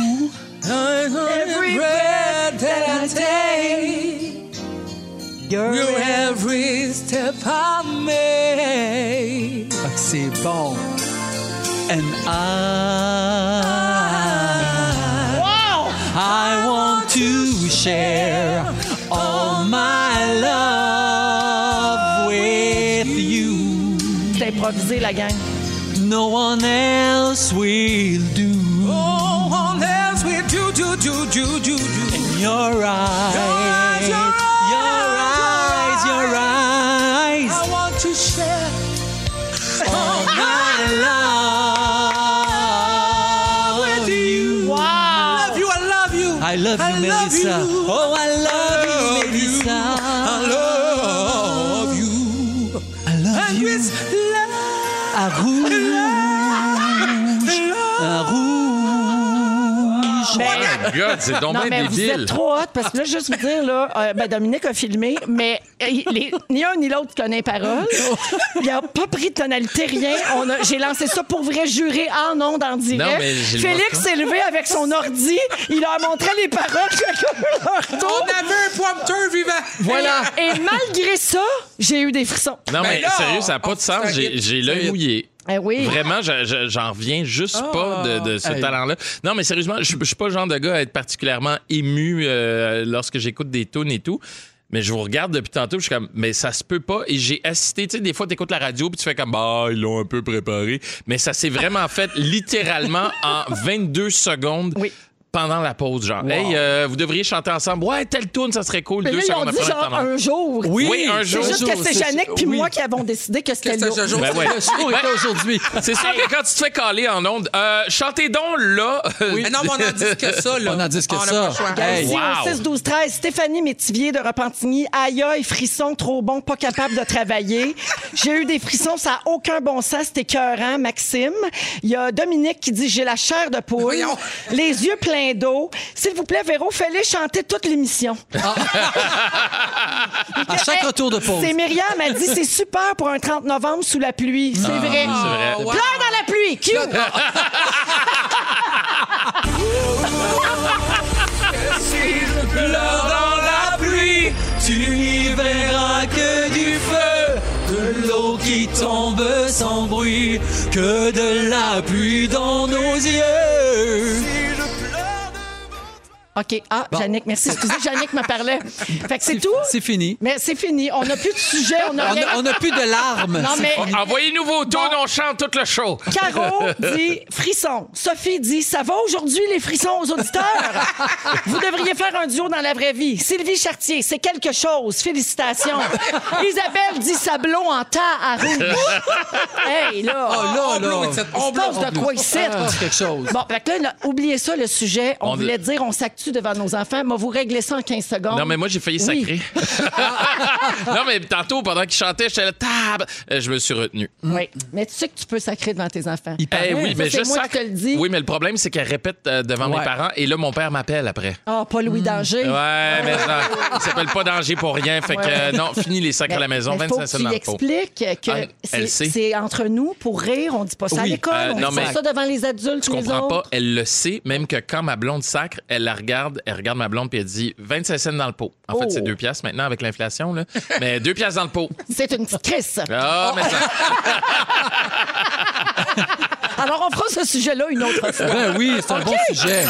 Speaker 2: Every breath that I take,
Speaker 1: You're
Speaker 2: you have
Speaker 5: step I made.
Speaker 4: Fait que c'est bon. And I, I want to share all my love with you.
Speaker 1: C'est improvisé, la gang.
Speaker 4: No one else will do.
Speaker 5: No one else will do, do, do, do, do, do.
Speaker 4: Your eyes,
Speaker 5: eyes, your
Speaker 4: your eyes,
Speaker 5: eyes,
Speaker 4: your eyes,
Speaker 5: I want to share.
Speaker 4: my love with you.
Speaker 5: I love you, I love you.
Speaker 4: I
Speaker 5: I love
Speaker 4: love you, Melissa.
Speaker 5: you.
Speaker 4: Oh, I love,
Speaker 5: love
Speaker 4: you,
Speaker 5: you.
Speaker 4: Melissa.
Speaker 5: I love you.
Speaker 4: I love
Speaker 5: And
Speaker 4: you.
Speaker 5: with love,
Speaker 4: À rouge,
Speaker 5: love.
Speaker 4: à rouge.
Speaker 1: Ben,
Speaker 3: My God, c'est donc
Speaker 1: non,
Speaker 3: bien
Speaker 1: mais vous
Speaker 3: débile.
Speaker 1: êtes trop hot parce que là, juste vous dire, là, euh, ben Dominique a filmé, mais euh, les- ni un ni l'autre connaît parole.
Speaker 4: Oh,
Speaker 1: Il n'a pas pris de tonalité, rien. On a- J'ai lancé ça pour vrai, juré en ondes, en direct.
Speaker 3: Non, mais j'ai le
Speaker 1: Félix
Speaker 3: menton.
Speaker 1: s'est levé avec son ordi. Il leur montrait les paroles. chacun leur tour.
Speaker 2: On avait un prompteur vivant.
Speaker 3: Voilà.
Speaker 1: Et malgré ça, j'ai eu des frissons.
Speaker 3: Non,
Speaker 2: Ben
Speaker 3: mais
Speaker 2: là,
Speaker 3: sérieux, ça n'a
Speaker 1: Ah,
Speaker 3: pas de
Speaker 2: ça
Speaker 3: sens. J'ai
Speaker 2: hit,
Speaker 3: j'ai
Speaker 2: ça
Speaker 3: l'œil
Speaker 2: hit.
Speaker 3: mouillé.
Speaker 1: Eh oui.
Speaker 3: Vraiment, je- je- j'en reviens juste
Speaker 1: Ah!
Speaker 3: pas de, de ce
Speaker 4: Hey.
Speaker 3: talent-là. Non, mais sérieusement, je suis je suis pas le genre de gars à être particulièrement ému euh, lorsque j'écoute des tunes et tout. Mais je vous regarde depuis tantôt, je suis comme, mais ça se peut pas. Et j'ai assisté, tu sais, des fois, t'écoutes la radio, puis tu fais comme, bah, ils l'ont un peu préparé. Mais ça s'est vraiment fait littéralement en 22 secondes.
Speaker 1: Oui.
Speaker 3: Pendant la pause, genre, hey, euh, vous devriez chanter ensemble. Ouais, telle tune, ça serait cool.
Speaker 1: Mais
Speaker 3: Deux
Speaker 1: là, ils ont
Speaker 3: secondes
Speaker 1: dit
Speaker 3: après, on est
Speaker 1: genre
Speaker 3: en-
Speaker 1: un jour.
Speaker 3: Oui, un
Speaker 1: C'est
Speaker 3: jour.
Speaker 1: juste que c'est Yannick puis
Speaker 4: oui.
Speaker 1: moi qui avons décidé que c'était
Speaker 2: Que ça
Speaker 1: lourd.
Speaker 2: se joue.
Speaker 3: Ben ouais.
Speaker 4: Le show est
Speaker 3: Ouais.
Speaker 4: aujourd'hui.
Speaker 3: C'est sûr que quand tu te fais caler en ondes, euh, chantez donc là.
Speaker 2: Mais non, mais on en dit que ça, là.
Speaker 4: On en dit que
Speaker 2: a
Speaker 4: ça.
Speaker 2: pas le choix.
Speaker 4: Hey.
Speaker 1: Ici,
Speaker 3: Wow.
Speaker 1: au 6 12 13 Stéphanie Métivier de Repentigny. Aïe, aïe, frisson, trop bon, pas capable de travailler. J'ai eu des frissons, ça n'a aucun bon sens, c'était écœurant, Maxime. Il y a Dominique qui dit J'ai la chair de poule,
Speaker 2: Voyons.
Speaker 1: les yeux pleins d'eau. S'il vous plaît, Véro, fais-les chanter toute l'émission.
Speaker 4: À chaque retour de pause.
Speaker 1: C'est Myriam, elle dit C'est super pour un 30 novembre sous la pluie. C'est
Speaker 3: Ah,
Speaker 1: vrai.
Speaker 3: vrai.
Speaker 1: Pleure dans la pluie, cute.
Speaker 4: pleure dans la pluie, tu n'y verras que du feu, de l'eau qui tombe sans bruit, que de la pluie dans nos yeux.
Speaker 1: OK. Ah, Yannick, merci. Excusez, Yannick me parlait. Fait que c'est tout.
Speaker 4: C'est fini.
Speaker 1: Mais c'est fini. On n'a plus de sujet. On a,
Speaker 4: On
Speaker 1: rien.
Speaker 4: a- on n'a plus de larmes.
Speaker 1: Non, mais
Speaker 3: Envoyez-nous vos tunes, on chante tout le show.
Speaker 1: Caro dit frissons. Sophie dit ça va aujourd'hui les frissons aux auditeurs. Vous devriez faire un duo dans la vraie vie. Sylvie Chartier, c'est quelque chose. Félicitations. Isabelle dit sablon en tas à rouge. hey là.
Speaker 4: Oh là,
Speaker 2: On
Speaker 4: là.
Speaker 2: blow it, c'est- on
Speaker 1: on
Speaker 2: blow.
Speaker 1: passe de quoi ici?
Speaker 4: Ah, c'est quelque chose.
Speaker 1: Bon, fait que là, là, oubliez ça, le sujet. On,
Speaker 3: On-
Speaker 1: voulait dire, on s'actue devant nos enfants. Moi, vous réglez ça en 15 secondes.
Speaker 3: Non, mais moi, j'ai failli sacrer. non, mais tantôt, pendant qu'il chantait, j'étais là, tab, Euh, je me suis retenu.
Speaker 1: Oui. Mais tu sais que tu peux sacrer devant tes enfants.
Speaker 4: Il
Speaker 3: Eh
Speaker 4: paraît.
Speaker 3: oui,
Speaker 1: ça,
Speaker 3: mais
Speaker 1: c'est
Speaker 3: je
Speaker 1: moi
Speaker 3: sacre.
Speaker 1: qui te le dis.
Speaker 3: Oui, mais le problème, c'est qu'elle répète euh, devant
Speaker 4: Ouais.
Speaker 3: mes parents et là, mon père m'appelle après.
Speaker 1: Ah, pas Louis Danger.
Speaker 3: Hmm. Ouais, mais ça, il s'appelle pas danger pour rien. Fait que euh, non, fini les sacs à la maison,
Speaker 1: mais
Speaker 3: 25
Speaker 1: faut
Speaker 3: cents
Speaker 1: que
Speaker 3: dans
Speaker 1: tu
Speaker 3: le pot.
Speaker 1: expliques que
Speaker 3: Ah,
Speaker 1: c'est
Speaker 3: elle sait.
Speaker 1: c'est entre nous pour rire. On dit pas ça à
Speaker 4: Oui,
Speaker 1: l'école.
Speaker 3: euh,
Speaker 1: on
Speaker 3: non,
Speaker 1: dit
Speaker 3: mais-
Speaker 1: pas ça devant les adultes.
Speaker 3: Je
Speaker 1: les
Speaker 3: comprends pas,
Speaker 1: autres.
Speaker 3: elle le sait, même que quand ma blonde sacre, elle la regarde, elle regarde ma blonde puis elle dit 25 cents dans le pot. En
Speaker 1: Oh.
Speaker 3: fait, c'est 2 piastres maintenant avec l'inflation, là. Mais 2 piastres dans le pot.
Speaker 1: C'est une petite crise.
Speaker 3: Ah, mais ça-
Speaker 1: Alors, on fera ce sujet-là une autre fois.
Speaker 4: Ben oui, c'est un bon sujet.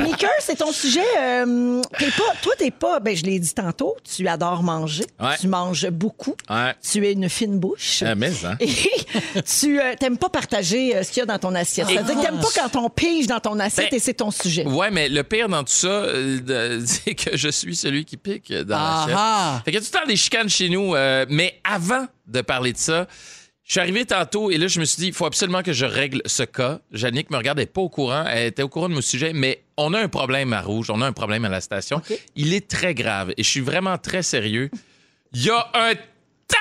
Speaker 1: Mika, c'est ton sujet. euh, t'es pas, toi, t'es pas. Ben, je l'ai dit tantôt. Tu adores manger.
Speaker 3: Ouais.
Speaker 1: Tu manges beaucoup.
Speaker 3: Ouais.
Speaker 1: Tu es une fine bouche.
Speaker 3: Ah, mais ça.
Speaker 1: Et tu euh, t'aimes pas partager euh, ce qu'il y a dans ton assiette. C'est-à-dire que t'aimes pas quand on pige dans ton assiette
Speaker 3: Ben,
Speaker 1: et c'est ton sujet.
Speaker 3: Ouais, mais le pire dans tout ça, euh, de- c'est que je suis celui qui pique dans
Speaker 4: Ah
Speaker 3: l'assiette.
Speaker 4: ah.
Speaker 3: Fait qu'il y a tout le temps des chicanes chez nous. euh, mais avant de parler de ça, je suis arrivé tantôt et là, je me suis dit, il faut absolument que je règle ce cas. Jannick me regardait pas au courant. Elle était au courant de mon sujet, mais on a un problème à Rouge, on a un problème à la station. Il est très grave et je suis vraiment très sérieux. Il y a un tab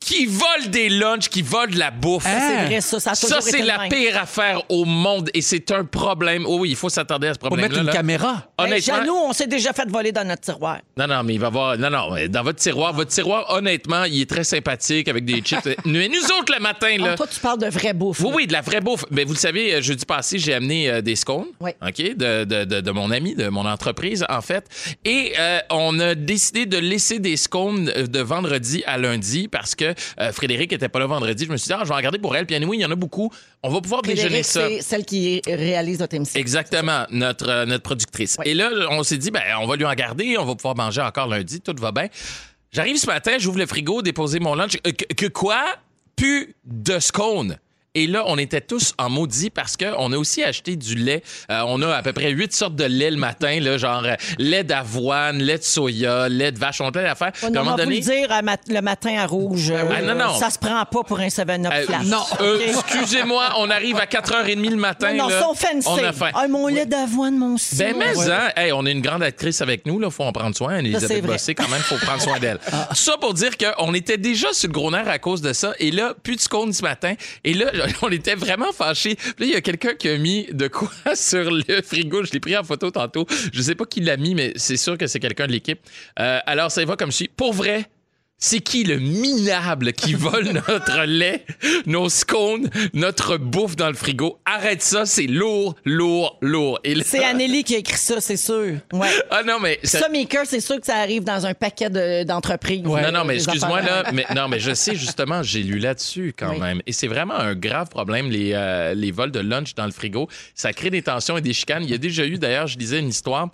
Speaker 3: qui volent des lunchs, qui volent de la bouffe.
Speaker 1: Ah, c'est vrai, ça, ça a toujours
Speaker 3: Ça, c'est
Speaker 1: été le
Speaker 3: la
Speaker 1: même.
Speaker 3: pire affaire au monde et c'est un problème. Oh oui, il faut s'attarder à ce
Speaker 4: Faut
Speaker 3: problème-là.
Speaker 4: mettre une
Speaker 3: là.
Speaker 4: caméra.
Speaker 1: Hey,
Speaker 3: Honnêtement,
Speaker 1: Janou, Ben, on s'est déjà fait voler dans notre tiroir.
Speaker 3: non, non, mais il va y avoir. Non, non, dans votre tiroir, votre tiroir, honnêtement, il est très sympathique avec des chips. Mais nous autres, le matin,
Speaker 1: Ah,
Speaker 3: là.
Speaker 1: toi, tu parles de vraie bouffe.
Speaker 3: Oui,
Speaker 1: là.
Speaker 3: oui, de la vraie bouffe. Mais vous le savez, euh, jeudi passé, j'ai amené euh, des scones,
Speaker 1: Oui.
Speaker 3: ok, de, de- de- de mon ami, de mon entreprise, en fait. Et euh, on a décidé de laisser des scones euh, de vendredi à lundi parce que euh, Frédéric était pas là vendredi. Je me suis dit, ah, je vais en garder pour elle. Puis anyway, il y en a beaucoup. On va pouvoir
Speaker 1: Frédéric,
Speaker 3: déjeuner ça.
Speaker 1: c'est celle qui réalise notre émission.
Speaker 3: Exactement, notre, euh, notre productrice.
Speaker 1: Oui.
Speaker 3: Et là, on s'est dit, ben, on va lui en garder, on va pouvoir manger encore lundi, tout va bien. J'arrive ce matin, j'ouvre le frigo, déposer mon lunch. Euh, que, que quoi? Plus de scone. Et là, on était tous en maudit parce qu'on a aussi acheté du lait. Euh, on a à peu près huit sortes de lait le matin, là, genre euh, lait d'avoine, lait de soya, lait de vache, on a plein d'affaires.
Speaker 1: On
Speaker 3: Puis à un
Speaker 1: va
Speaker 3: moment
Speaker 1: vous
Speaker 3: donné-
Speaker 1: le dire à mat- le matin à rouge. euh,
Speaker 3: Ah, non, non.
Speaker 1: Ça se prend pas pour un 7 up
Speaker 3: Euh,
Speaker 1: flat.
Speaker 3: non, euh, excusez-moi, on arrive à 4h30 le matin.
Speaker 1: Non, non,
Speaker 3: là.
Speaker 1: sont fancy.
Speaker 3: On a faim.
Speaker 1: Ah, mon lait d'avoine, mon cidre.
Speaker 3: Ben, mais, hein, hey, on est une grande actrice avec nous, là, faut en prendre soin.
Speaker 1: c'est
Speaker 3: Elisabeth
Speaker 1: vrai. Ah.
Speaker 3: Bossé, quand même, faut prendre soin d'elle. Tout Ça pour dire qu'on était déjà sur le gros nerf à cause de ça, et là, plus de scones ce matin, et là, on était vraiment fâchés. Puis là, il y a quelqu'un qui a mis de quoi sur le frigo, je l'ai pris en photo tantôt, je sais pas qui l'a mis, mais c'est sûr que c'est quelqu'un de l'équipe. Euh, alors, ça y va comme suit. Pour vrai, c'est qui le minable qui vole notre lait, nos scones, notre bouffe dans le frigo? Arrête ça, c'est lourd, lourd, lourd. Et là-
Speaker 1: C'est Anneli qui a écrit ça, c'est sûr. Ouais.
Speaker 3: ah non, mais. ça-
Speaker 1: Ça, Maker, c'est sûr que ça arrive dans un paquet de- d'entreprises.
Speaker 3: non, non, mais
Speaker 1: Des
Speaker 3: excuse-moi,
Speaker 1: affaires-
Speaker 3: là. Mais, non, mais je sais, justement, j'ai lu là-dessus quand
Speaker 1: Oui.
Speaker 3: même. Et c'est vraiment un grave problème, les, euh, les vols de lunch dans le frigo. Ça crée des tensions et des chicanes. Il y a déjà eu, d'ailleurs, je disais une histoire.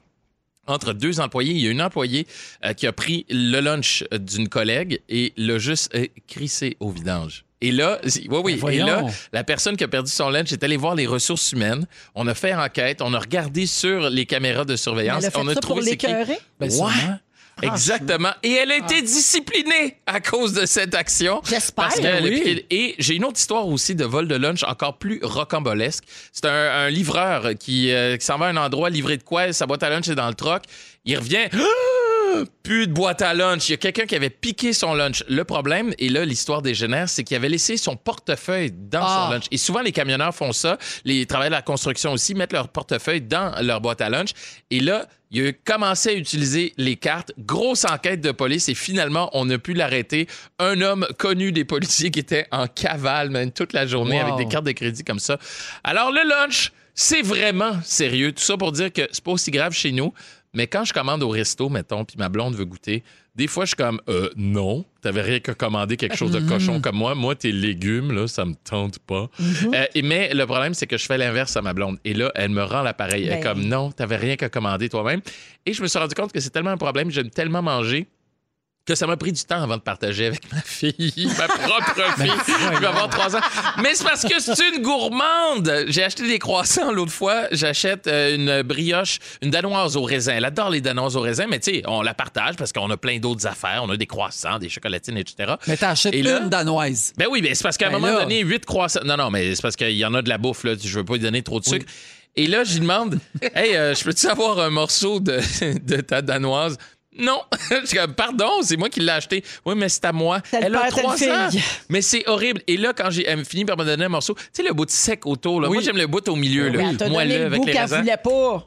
Speaker 3: Entre deux employés, il y a une employée euh, qui a pris le lunch euh, d'une collègue et l'a juste euh, crissé au vidange. Et là, oui, oui.
Speaker 4: Ben
Speaker 3: Et là,
Speaker 4: voyons.
Speaker 3: la personne qui a perdu son lunch est allée voir les ressources humaines. On a fait enquête, on a regardé sur les caméras de
Speaker 1: Mais
Speaker 3: surveillance.
Speaker 1: Elle a fait
Speaker 3: on a
Speaker 1: ça
Speaker 3: trouvé
Speaker 1: pour
Speaker 3: c'est qui.
Speaker 1: l'écœurer.
Speaker 3: Ouais.
Speaker 4: Ben, sûrement. Ah.
Speaker 3: Exactement. Et elle a été disciplinée à cause de cette action.
Speaker 1: J'espère,
Speaker 3: Parce qu'elle a
Speaker 4: Ben oui.
Speaker 3: piqué- Et j'ai une autre histoire aussi de vol de lunch encore plus rocambolesque. C'est un, un livreur qui, euh, qui s'en va à un endroit livrer de quoi, sa boîte à lunch est dans le troc. Il revient. Ah! Plus de boîte à lunch. Il y a quelqu'un qui avait piqué son lunch. Le problème, et là, l'histoire dégénère, c'est qu'il avait laissé son portefeuille dans
Speaker 4: Ah.
Speaker 3: son lunch. Et souvent, les camionneurs font ça. Les travailleurs de la construction aussi mettent leur portefeuille dans leur boîte à lunch. Et là, il a commencé à utiliser les cartes. Grosse enquête de police et finalement, on a pu l'arrêter. Un homme connu des policiers qui était en cavale, même toute la journée,
Speaker 4: Wow.
Speaker 3: avec des cartes de crédit comme ça. Alors, le lunch, c'est vraiment sérieux. Tout ça pour dire que c'est pas aussi grave chez nous. Mais quand je commande au resto, mettons, puis ma blonde veut goûter, des fois, je suis comme, euh, non, t'avais rien que commandé quelque chose de cochon comme moi. Moi, tes légumes, là, ça me tente pas. Euh, et- mais le problème, c'est que je fais l'inverse à ma blonde. Et là, elle me rend l'appareil. Elle est
Speaker 1: Ben.
Speaker 3: comme, non, t'avais rien que commandé toi-même. Et je me suis rendu compte que c'est tellement un problème, j'aime tellement manger que ça m'a pris du temps avant de partager avec ma fille, ma propre
Speaker 4: Ben,
Speaker 3: fille. Je vais avoir trois ans. Mais c'est parce que c'est une gourmande. J'ai acheté des croissants l'autre fois. J'achète euh, une brioche, une danoise au raisin. Elle adore les danoises au raisin, mais tu sais, on la partage parce qu'on a plein d'autres affaires. On a des croissants, des chocolatines, etc.
Speaker 4: Mais t'achètes
Speaker 3: Et là-
Speaker 4: une danoise.
Speaker 3: Ben oui, mais c'est parce qu'à un
Speaker 4: Ben
Speaker 3: moment
Speaker 4: là.
Speaker 3: donné, 8 croissants. Non, non, mais c'est parce qu'il y en a de la bouffe, là. Je veux pas lui donner trop de sucre. Et là, je lui demande Hey, euh, je peux-tu avoir un morceau de, de ta danoise? Non. Je suis comme, Pardon, c'est moi qui l'ai acheté. Oui, mais c'est à moi.
Speaker 1: Ça le
Speaker 3: Elle a
Speaker 1: perd, t'as une
Speaker 3: 300.
Speaker 1: fille.
Speaker 3: Mais c'est horrible. Et là, quand j'ai, elle me finit par me donner un morceau, tu sais, le bout de sec autour, là. Moi, j'aime le bout au milieu, là.
Speaker 1: Mais elle t'a
Speaker 3: Moi,
Speaker 1: donné
Speaker 3: là,
Speaker 1: le
Speaker 3: avec
Speaker 1: goût
Speaker 3: les
Speaker 1: qu'elle
Speaker 3: raisins.
Speaker 1: voulait pas.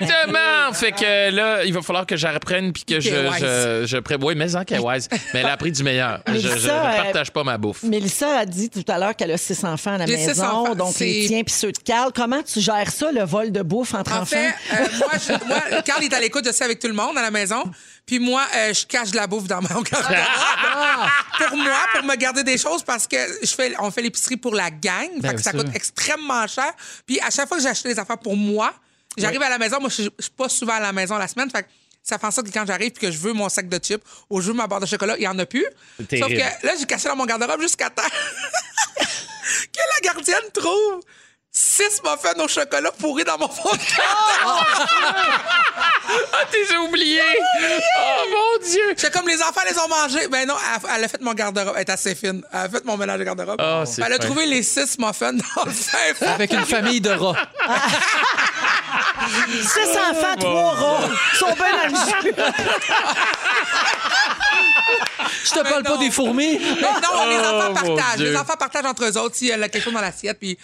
Speaker 3: Exactement! fait que là, il va falloir que j'apprenne puis que je,
Speaker 2: Qu'elle est
Speaker 3: je, je pré- Oui, mais en qu'elle est wise. Mais elle a pris du meilleur. Je,
Speaker 1: Mais
Speaker 3: je ne
Speaker 1: ça, euh,
Speaker 3: partage pas ma bouffe.
Speaker 1: Mélissa a dit tout à l'heure qu'elle a six enfants à la
Speaker 2: J'ai six
Speaker 1: maison,
Speaker 2: enfants,
Speaker 1: donc
Speaker 2: c'est-
Speaker 1: les tiens puis ceux de Carl. Comment tu gères ça, le vol de bouffe entre
Speaker 2: En
Speaker 1: enfants?
Speaker 2: fait, euh, moi, je, moi, Carl est à l'écoute, je sais, avec tout le monde à la maison. Puis moi, euh, je cache de la bouffe dans mon garde-robe. pour moi, pour me garder des choses, parce que je fais, on fait l'épicerie pour la gang.
Speaker 4: Ben,
Speaker 2: fait que ça
Speaker 4: sûr.
Speaker 2: coûte extrêmement cher. Puis à chaque fois que j'achète des affaires pour moi, j'arrive à la maison. Moi, je je suis pas souvent à la maison la semaine. Fait que ça fait en sorte que quand j'arrive puis que je veux mon sac de chips ou je veux ma barre de chocolat, il n'y en a plus. Sauf
Speaker 3: terrible.
Speaker 2: que là, j'ai caché dans mon garde-robe jusqu'à temps que la gardienne trouve six muffins au chocolat pourris dans mon fond de garde-robe.
Speaker 3: Ah, t'es oublié! Oh mon Dieu!
Speaker 2: C'est comme les enfants les ont mangés. Ben non, elle, elle a fait mon garde-robe. Elle est assez fine. Elle a fait mon ménage de garde-robe. Ben,
Speaker 3: Ah, c'est
Speaker 2: elle a
Speaker 3: fin.
Speaker 2: trouvé les six muffins dans le fin fond.
Speaker 4: Avec une famille de rats.
Speaker 1: Six
Speaker 2: euh,
Speaker 1: enfants, trois ronds. Ils sont bien dans le jus.
Speaker 4: Je te
Speaker 2: Ah, ben
Speaker 4: parle pas
Speaker 2: non.
Speaker 4: des fourmis.
Speaker 2: Mais non, les enfants
Speaker 3: Oh, mon
Speaker 2: partagent.
Speaker 3: Dieu.
Speaker 2: Les enfants partagent entre eux autres s'il y a quelque chose dans l'assiette. Puis,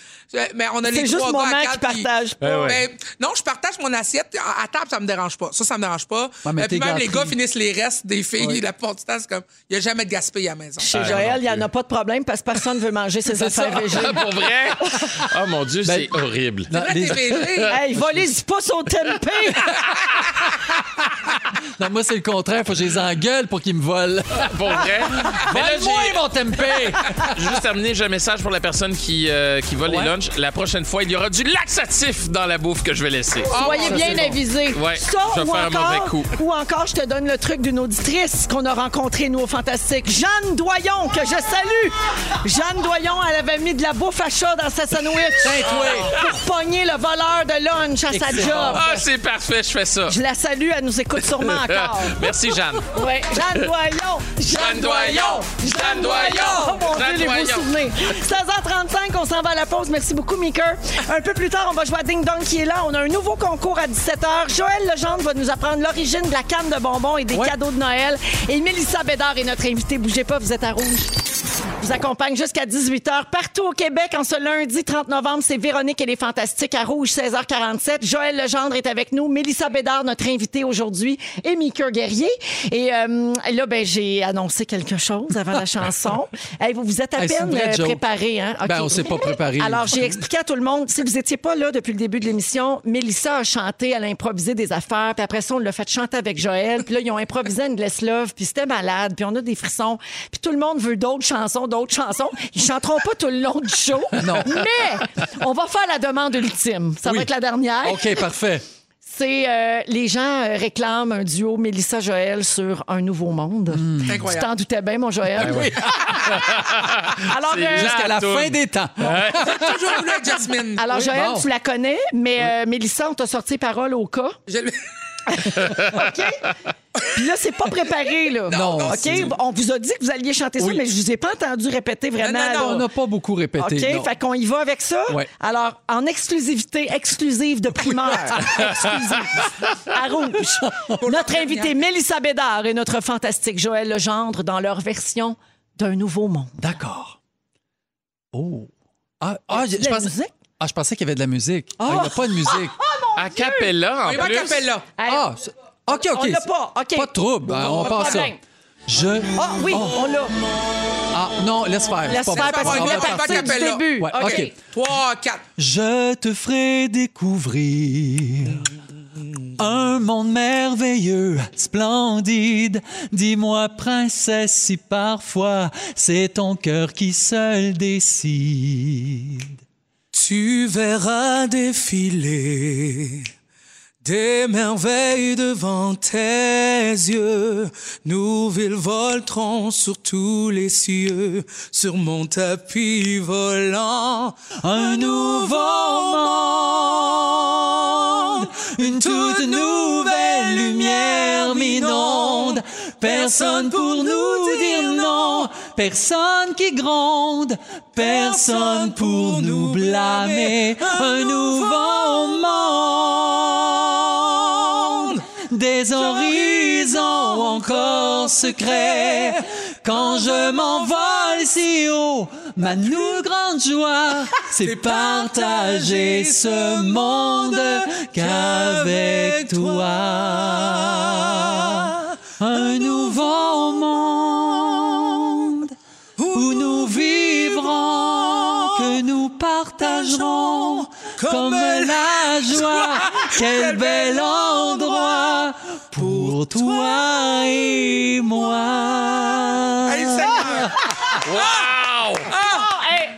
Speaker 2: mais on a les
Speaker 1: C'est juste
Speaker 2: trois
Speaker 1: mon
Speaker 2: gars à
Speaker 1: mère
Speaker 2: quatre,
Speaker 1: qui
Speaker 2: puis-
Speaker 1: partage pas.
Speaker 3: Ben ouais.
Speaker 2: Ben, non, je partage mon assiette. À, à table, ça me dérange pas. Ça, ça me dérange pas.
Speaker 4: Ouais, mais
Speaker 2: Euh, puis
Speaker 4: t'es
Speaker 2: même les
Speaker 4: gâté.
Speaker 2: gars finissent les restes des filles. La plupart du temps, c'est comme, il n'y a jamais de gaspillage à la maison.
Speaker 1: Chez Joël, il n'y en a pas de problème parce que personne ne veut manger ses affaires végé.
Speaker 3: Ah, pour vrai? Oh mon Dieu, c'est horrible.
Speaker 4: Dans
Speaker 2: Là,
Speaker 4: Ah, les-
Speaker 2: t'es végé.
Speaker 1: Hey, volez du pouce au tempé!
Speaker 4: Non, moi, c'est le contraire. Faut que je les engueule pour qu'ils me volent.
Speaker 3: ah, Pour vrai? Mais là,
Speaker 4: Vole-moi
Speaker 3: j'ai-
Speaker 4: mon tempeh!
Speaker 3: Juste terminer, j'ai un message pour la personne qui, euh, qui vole
Speaker 4: Ouais.
Speaker 3: les lunchs. La prochaine fois, il y aura du laxatif dans la bouffe que je vais laisser.
Speaker 1: Soyez bien avisés.
Speaker 3: Ouais,
Speaker 1: ça,
Speaker 3: je vais
Speaker 1: ou
Speaker 3: faire un
Speaker 1: encore,
Speaker 3: mauvais coup.
Speaker 1: ou encore, je te donne le truc d'une auditrice qu'on a rencontrée, nous, au Fantastique. Jeanne Doyon, que je salue. Jeanne Doyon, elle avait mis de la bouffe à chat dans sa sandwich pour pogner le voleur de lunch à sa job.
Speaker 3: Ah, c'est parfait, je fais ça. Ah,
Speaker 1: Je la salue, elle nous écoute sûrement encore.
Speaker 3: Merci, Jeanne.
Speaker 1: Ouais. Jeanne Doyon!
Speaker 3: Jeanne Doyon! Jeanne
Speaker 1: Oh
Speaker 3: Doyon!
Speaker 1: mon
Speaker 3: Jeanne
Speaker 1: Dieu, les beaux
Speaker 3: Doyon.
Speaker 1: souvenirs. 16h35, on s'en va à la pause. Merci beaucoup, Mika. Un peu plus tard, on va jouer à Ding Dong qui est là. On a un nouveau concours à 17h. Joël Legendre va nous apprendre l'origine de la canne de bonbons et des cadeaux de Noël. Et Mélissa Bédard est notre invitée. Bougez pas, vous êtes à rouge vous accompagne jusqu'à 18h partout au Québec en ce lundi 30 novembre. C'est Véronique et les Fantastiques à Rouge, 16h47. Joël Legendre est avec nous, Mélissa Bédard, notre invitée aujourd'hui, et Mika Guerrier. Et euh, là, ben, j'ai annoncé quelque chose avant la chanson. Hey, vous vous êtes à
Speaker 4: Hey, c'est une
Speaker 1: peine
Speaker 4: vraie
Speaker 1: euh,
Speaker 4: joke.
Speaker 1: préparé. Hein?
Speaker 4: Ben,
Speaker 1: OK.
Speaker 4: on s'est pas préparé.
Speaker 1: Alors, j'ai expliqué à tout le monde, si vous n'étiez pas là depuis le début de l'émission, Mélissa a chanté, elle a improvisé des affaires, puis après ça, on l'a fait chanter avec Joël, puis là, ils ont improvisé une Let's Love, puis c'était malade, puis on a des frissons, puis tout le monde veut d'autres chansons, d'autres chansons. Ils chanteront pas tout le long du show, mais on va faire la demande ultime. Ça
Speaker 4: Oui.
Speaker 1: va être la dernière.
Speaker 4: OK, parfait.
Speaker 1: C'est euh, les gens euh, réclament un duo Mélissa Joël sur un nouveau monde.
Speaker 4: Hmm.
Speaker 2: C'est
Speaker 1: Tu
Speaker 2: incroyable.
Speaker 1: t'en doutais bien, mon
Speaker 4: Ben
Speaker 1: Joël. Alors,
Speaker 3: C'est
Speaker 1: euh,
Speaker 3: la
Speaker 4: Jusqu'à la
Speaker 3: toune.
Speaker 4: fin des temps.
Speaker 2: J'ai toujours voulu être Jasmine.
Speaker 1: Alors,
Speaker 4: Oui,
Speaker 1: Joël,
Speaker 4: bon.
Speaker 1: tu la connais, mais euh, Mélissa, on t'a sorti parole au cas.
Speaker 2: Je-
Speaker 1: OK? Puis là, c'est pas préparé, là.
Speaker 4: Non, non,
Speaker 1: OK?
Speaker 4: c'est-
Speaker 1: On vous a dit que vous alliez chanter ça,
Speaker 4: Oui.
Speaker 1: mais je vous ai pas entendu répéter vraiment.
Speaker 2: Non, non, non,
Speaker 1: là.
Speaker 4: On n'a pas beaucoup répété.
Speaker 1: OK,
Speaker 4: non.
Speaker 1: fait qu'on y va avec ça.
Speaker 4: Ouais.
Speaker 1: Alors, en exclusivité, exclusive de primeur, exclusive, à rouge, notre invité Mélissa Bédard et notre fantastique Joël Legendre dans leur version d'un nouveau monde.
Speaker 4: D'accord. Oh. Ah, ah, je,
Speaker 1: de
Speaker 4: je
Speaker 1: la
Speaker 4: pensais,
Speaker 1: musique?
Speaker 4: ah, je pensais qu'il y avait de la musique. Ah, il n'y a pas de musique.
Speaker 3: A cappella, en
Speaker 2: Mais moi,
Speaker 3: plus.
Speaker 2: Capella.
Speaker 1: Hey,
Speaker 4: Ah, c'est- OK, OK.
Speaker 1: on l'a pas, OK.
Speaker 4: Pas de trouble. Ah, on
Speaker 1: Pas de
Speaker 4: passe ça.
Speaker 1: problème.
Speaker 4: Je.
Speaker 1: Ah oui, on l'a.
Speaker 4: Ah, non, laisse faire.
Speaker 1: Laisse
Speaker 4: C'est
Speaker 1: faire
Speaker 4: pas bon.
Speaker 1: parce
Speaker 4: On
Speaker 1: qu'on
Speaker 4: va
Speaker 1: va
Speaker 4: partir.
Speaker 1: partir du
Speaker 2: Capella.
Speaker 1: début.
Speaker 4: Ouais, OK.
Speaker 2: Trois, quatre.
Speaker 4: Je te ferai découvrir un monde merveilleux, splendide. Dis-moi, princesse, si parfois c'est ton cœur qui seul décide.
Speaker 2: Tu verras défiler des merveilles devant tes yeux. Nous villes volterons sur tous les cieux, sur mon tapis volant.
Speaker 4: Un nouveau monde, une toute nouvelle lumière m'inonde. Personne pour nous dire non, personne qui gronde, personne pour nous blâmer. Un nouveau monde, des horizons encore secrets. Quand je m'envole si haut, ma plus grande joie, c'est partager ce monde qu'avec toi. Un nouveau monde où nous vivrons, que nous partagerons comme la joie. Quel bel endroit pour toi et moi.
Speaker 2: Hey, Seigneur!
Speaker 3: Wow!
Speaker 1: Hey,